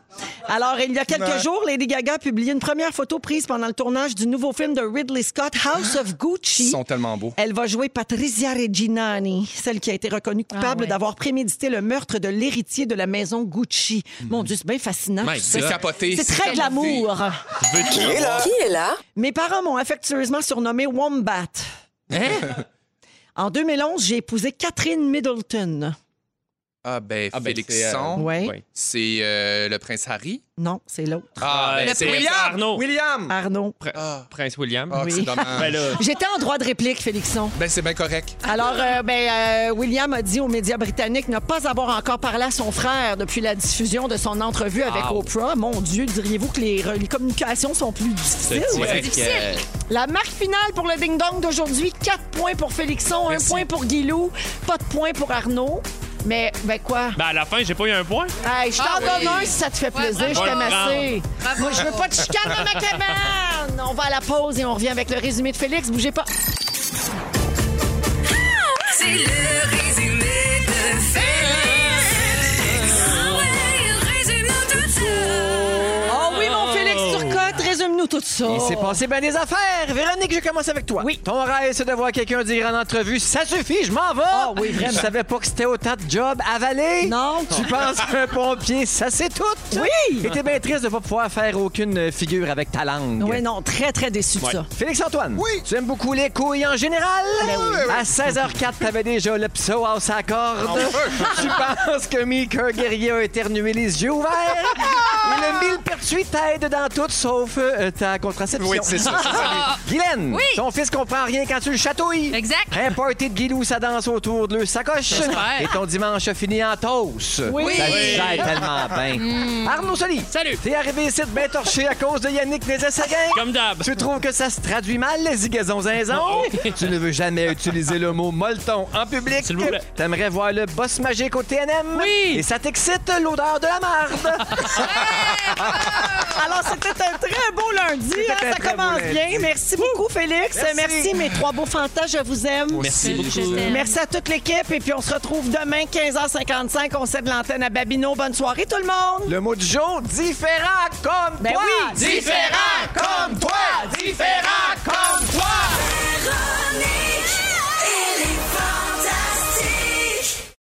A: Alors, il y a quelques
C: Ouais.
A: jours, Lady Gaga a publié une première photo prise pendant le tournage du nouveau film de Ridley Scott, House of Gucci.
C: Ils sont tellement beaux.
A: Elle va jouer Patrizia Reginani, celle qui a été reconnue coupable
D: Ah ouais.
A: d'avoir prémédité le meurtre de l'héritier de la maison Gucci. Mon Dieu, c'est bien fascinant.
B: My
C: Mhm. Ben, C'est
B: God.
C: capoté.
A: C'est très glamour.
I: Qui est là? Qui est là?
A: Mes parents m'ont affectueusement surnommé Wombat. Hein? En 2011, j'ai épousé Catherine Middleton.
C: Ah, ben,
B: Ah, ben,
C: Félixon,
A: Oh. Oui.
B: Oui.
C: c'est euh, le prince Harry.
A: Non, c'est l'autre.
C: Ah,
B: Le
C: ben, c'est
B: prince
C: William!
B: Arnaud.
C: William!
A: Arnaud.
C: Ah,
B: Prince William.
C: ah, c'est
A: Oui.
C: dommage.
B: Ben
C: ben,
B: là,
A: J'étais en droit de réplique, Félixon.
C: c'est bien correct.
A: Alors, euh, ben, euh, William a dit aux médias britanniques ne pas avoir encore parlé à son frère depuis la diffusion de son entrevue avec
B: Wow.
A: Oprah. Mon Dieu, diriez-vous que les, re- les communications sont plus
B: c'est
A: difficiles?
B: direct,
D: difficile.
B: euh,
A: La marque finale pour le ding-dong d'aujourd'hui, 4 points pour Félixon, 1 point pour Guilou, pas de point pour Arnaud. Mais, ben quoi?
B: Ben, à la fin, j'ai pas eu un point.
A: Hey, je t'en
D: Ah oui.
A: donne un si ça te fait
D: Ouais,
A: plaisir, je
D: bravo.
A: t'aime assez.
D: Bravo.
A: Moi, je veux pas de chicane dans ma cabane. On va à la pause et on revient avec le résumé de Félix. Bougez pas.
E: C'est le résumé de Félix. Ah ouais, résume tout ça.
A: Oh oui, mon Félix Turcotte, résume-nous tout ça.
J: Il s'est passé bien des affaires. Véronique, je commence avec toi. Oui. Ton rêve, c'est de voir quelqu'un dire en entrevue Ça suffit, je m'en vais.
A: Ah oui, vraiment.
J: Je savais pas que c'était autant de jobs avalés.
A: Non.
D: Ah.
J: Tu penses qu'un pompier, ça c'est tout.
A: Oui.
J: Et t'es bien triste de pas pouvoir faire aucune figure avec ta langue.
A: Oui, non, très, très déçu de ça.
J: Félix-Antoine, tu aimes beaucoup les couilles en général?
C: Ah, ben
J: À 16h04, t'avais déjà le pso house à
C: Ah,
J: corde. tu penses que Mika Guerrier a éternué les yeux ouverts? Et le mille pertuis t'aide dans tout sauf euh, ta contraception.
C: Oui, c'est ça, c'est ça.
J: Guylaine,
D: Oui.
J: ton fils comprend rien quand tu le chatouilles.
D: Exact.
J: Un party de Guilou, ça danse autour de le sacoche.
D: J'espère.
J: Et ton dimanche finit en toast.
A: Oui.
J: Ça se gère tellement bien. Arnaud Soli.
B: Salut.
J: T'es arrivé ici de bien torché à cause de Yannick Nézet-Séguin.
B: Comme d'hab.
J: Tu trouves que ça se traduit mal, les zigaisons zinzons? tu ne veux jamais utiliser le mot molleton en public.
B: S'il vous plaît.
J: T'aimerais voir le boss magique au TNM?
B: Oui.
J: Et ça t'excite l'odeur de la marde.
A: Alors, c'était un très beau lundi. hein,
J: un
A: ça
J: très beau
A: commence
J: lundi.
A: bien. Merci beaucoup, Félix.
J: Merci.
A: Merci, mes trois beaux fantas. Je vous aime.
B: Merci
D: Merci.
B: beaucoup.
A: Merci à toute l'équipe. Et puis, on se retrouve demain, 15h55. On cède l'antenne à Babino. Bonne soirée, tout le monde.
J: le mot du jour, différent comme
A: Ben
J: toi.
A: oui.
J: Différent comme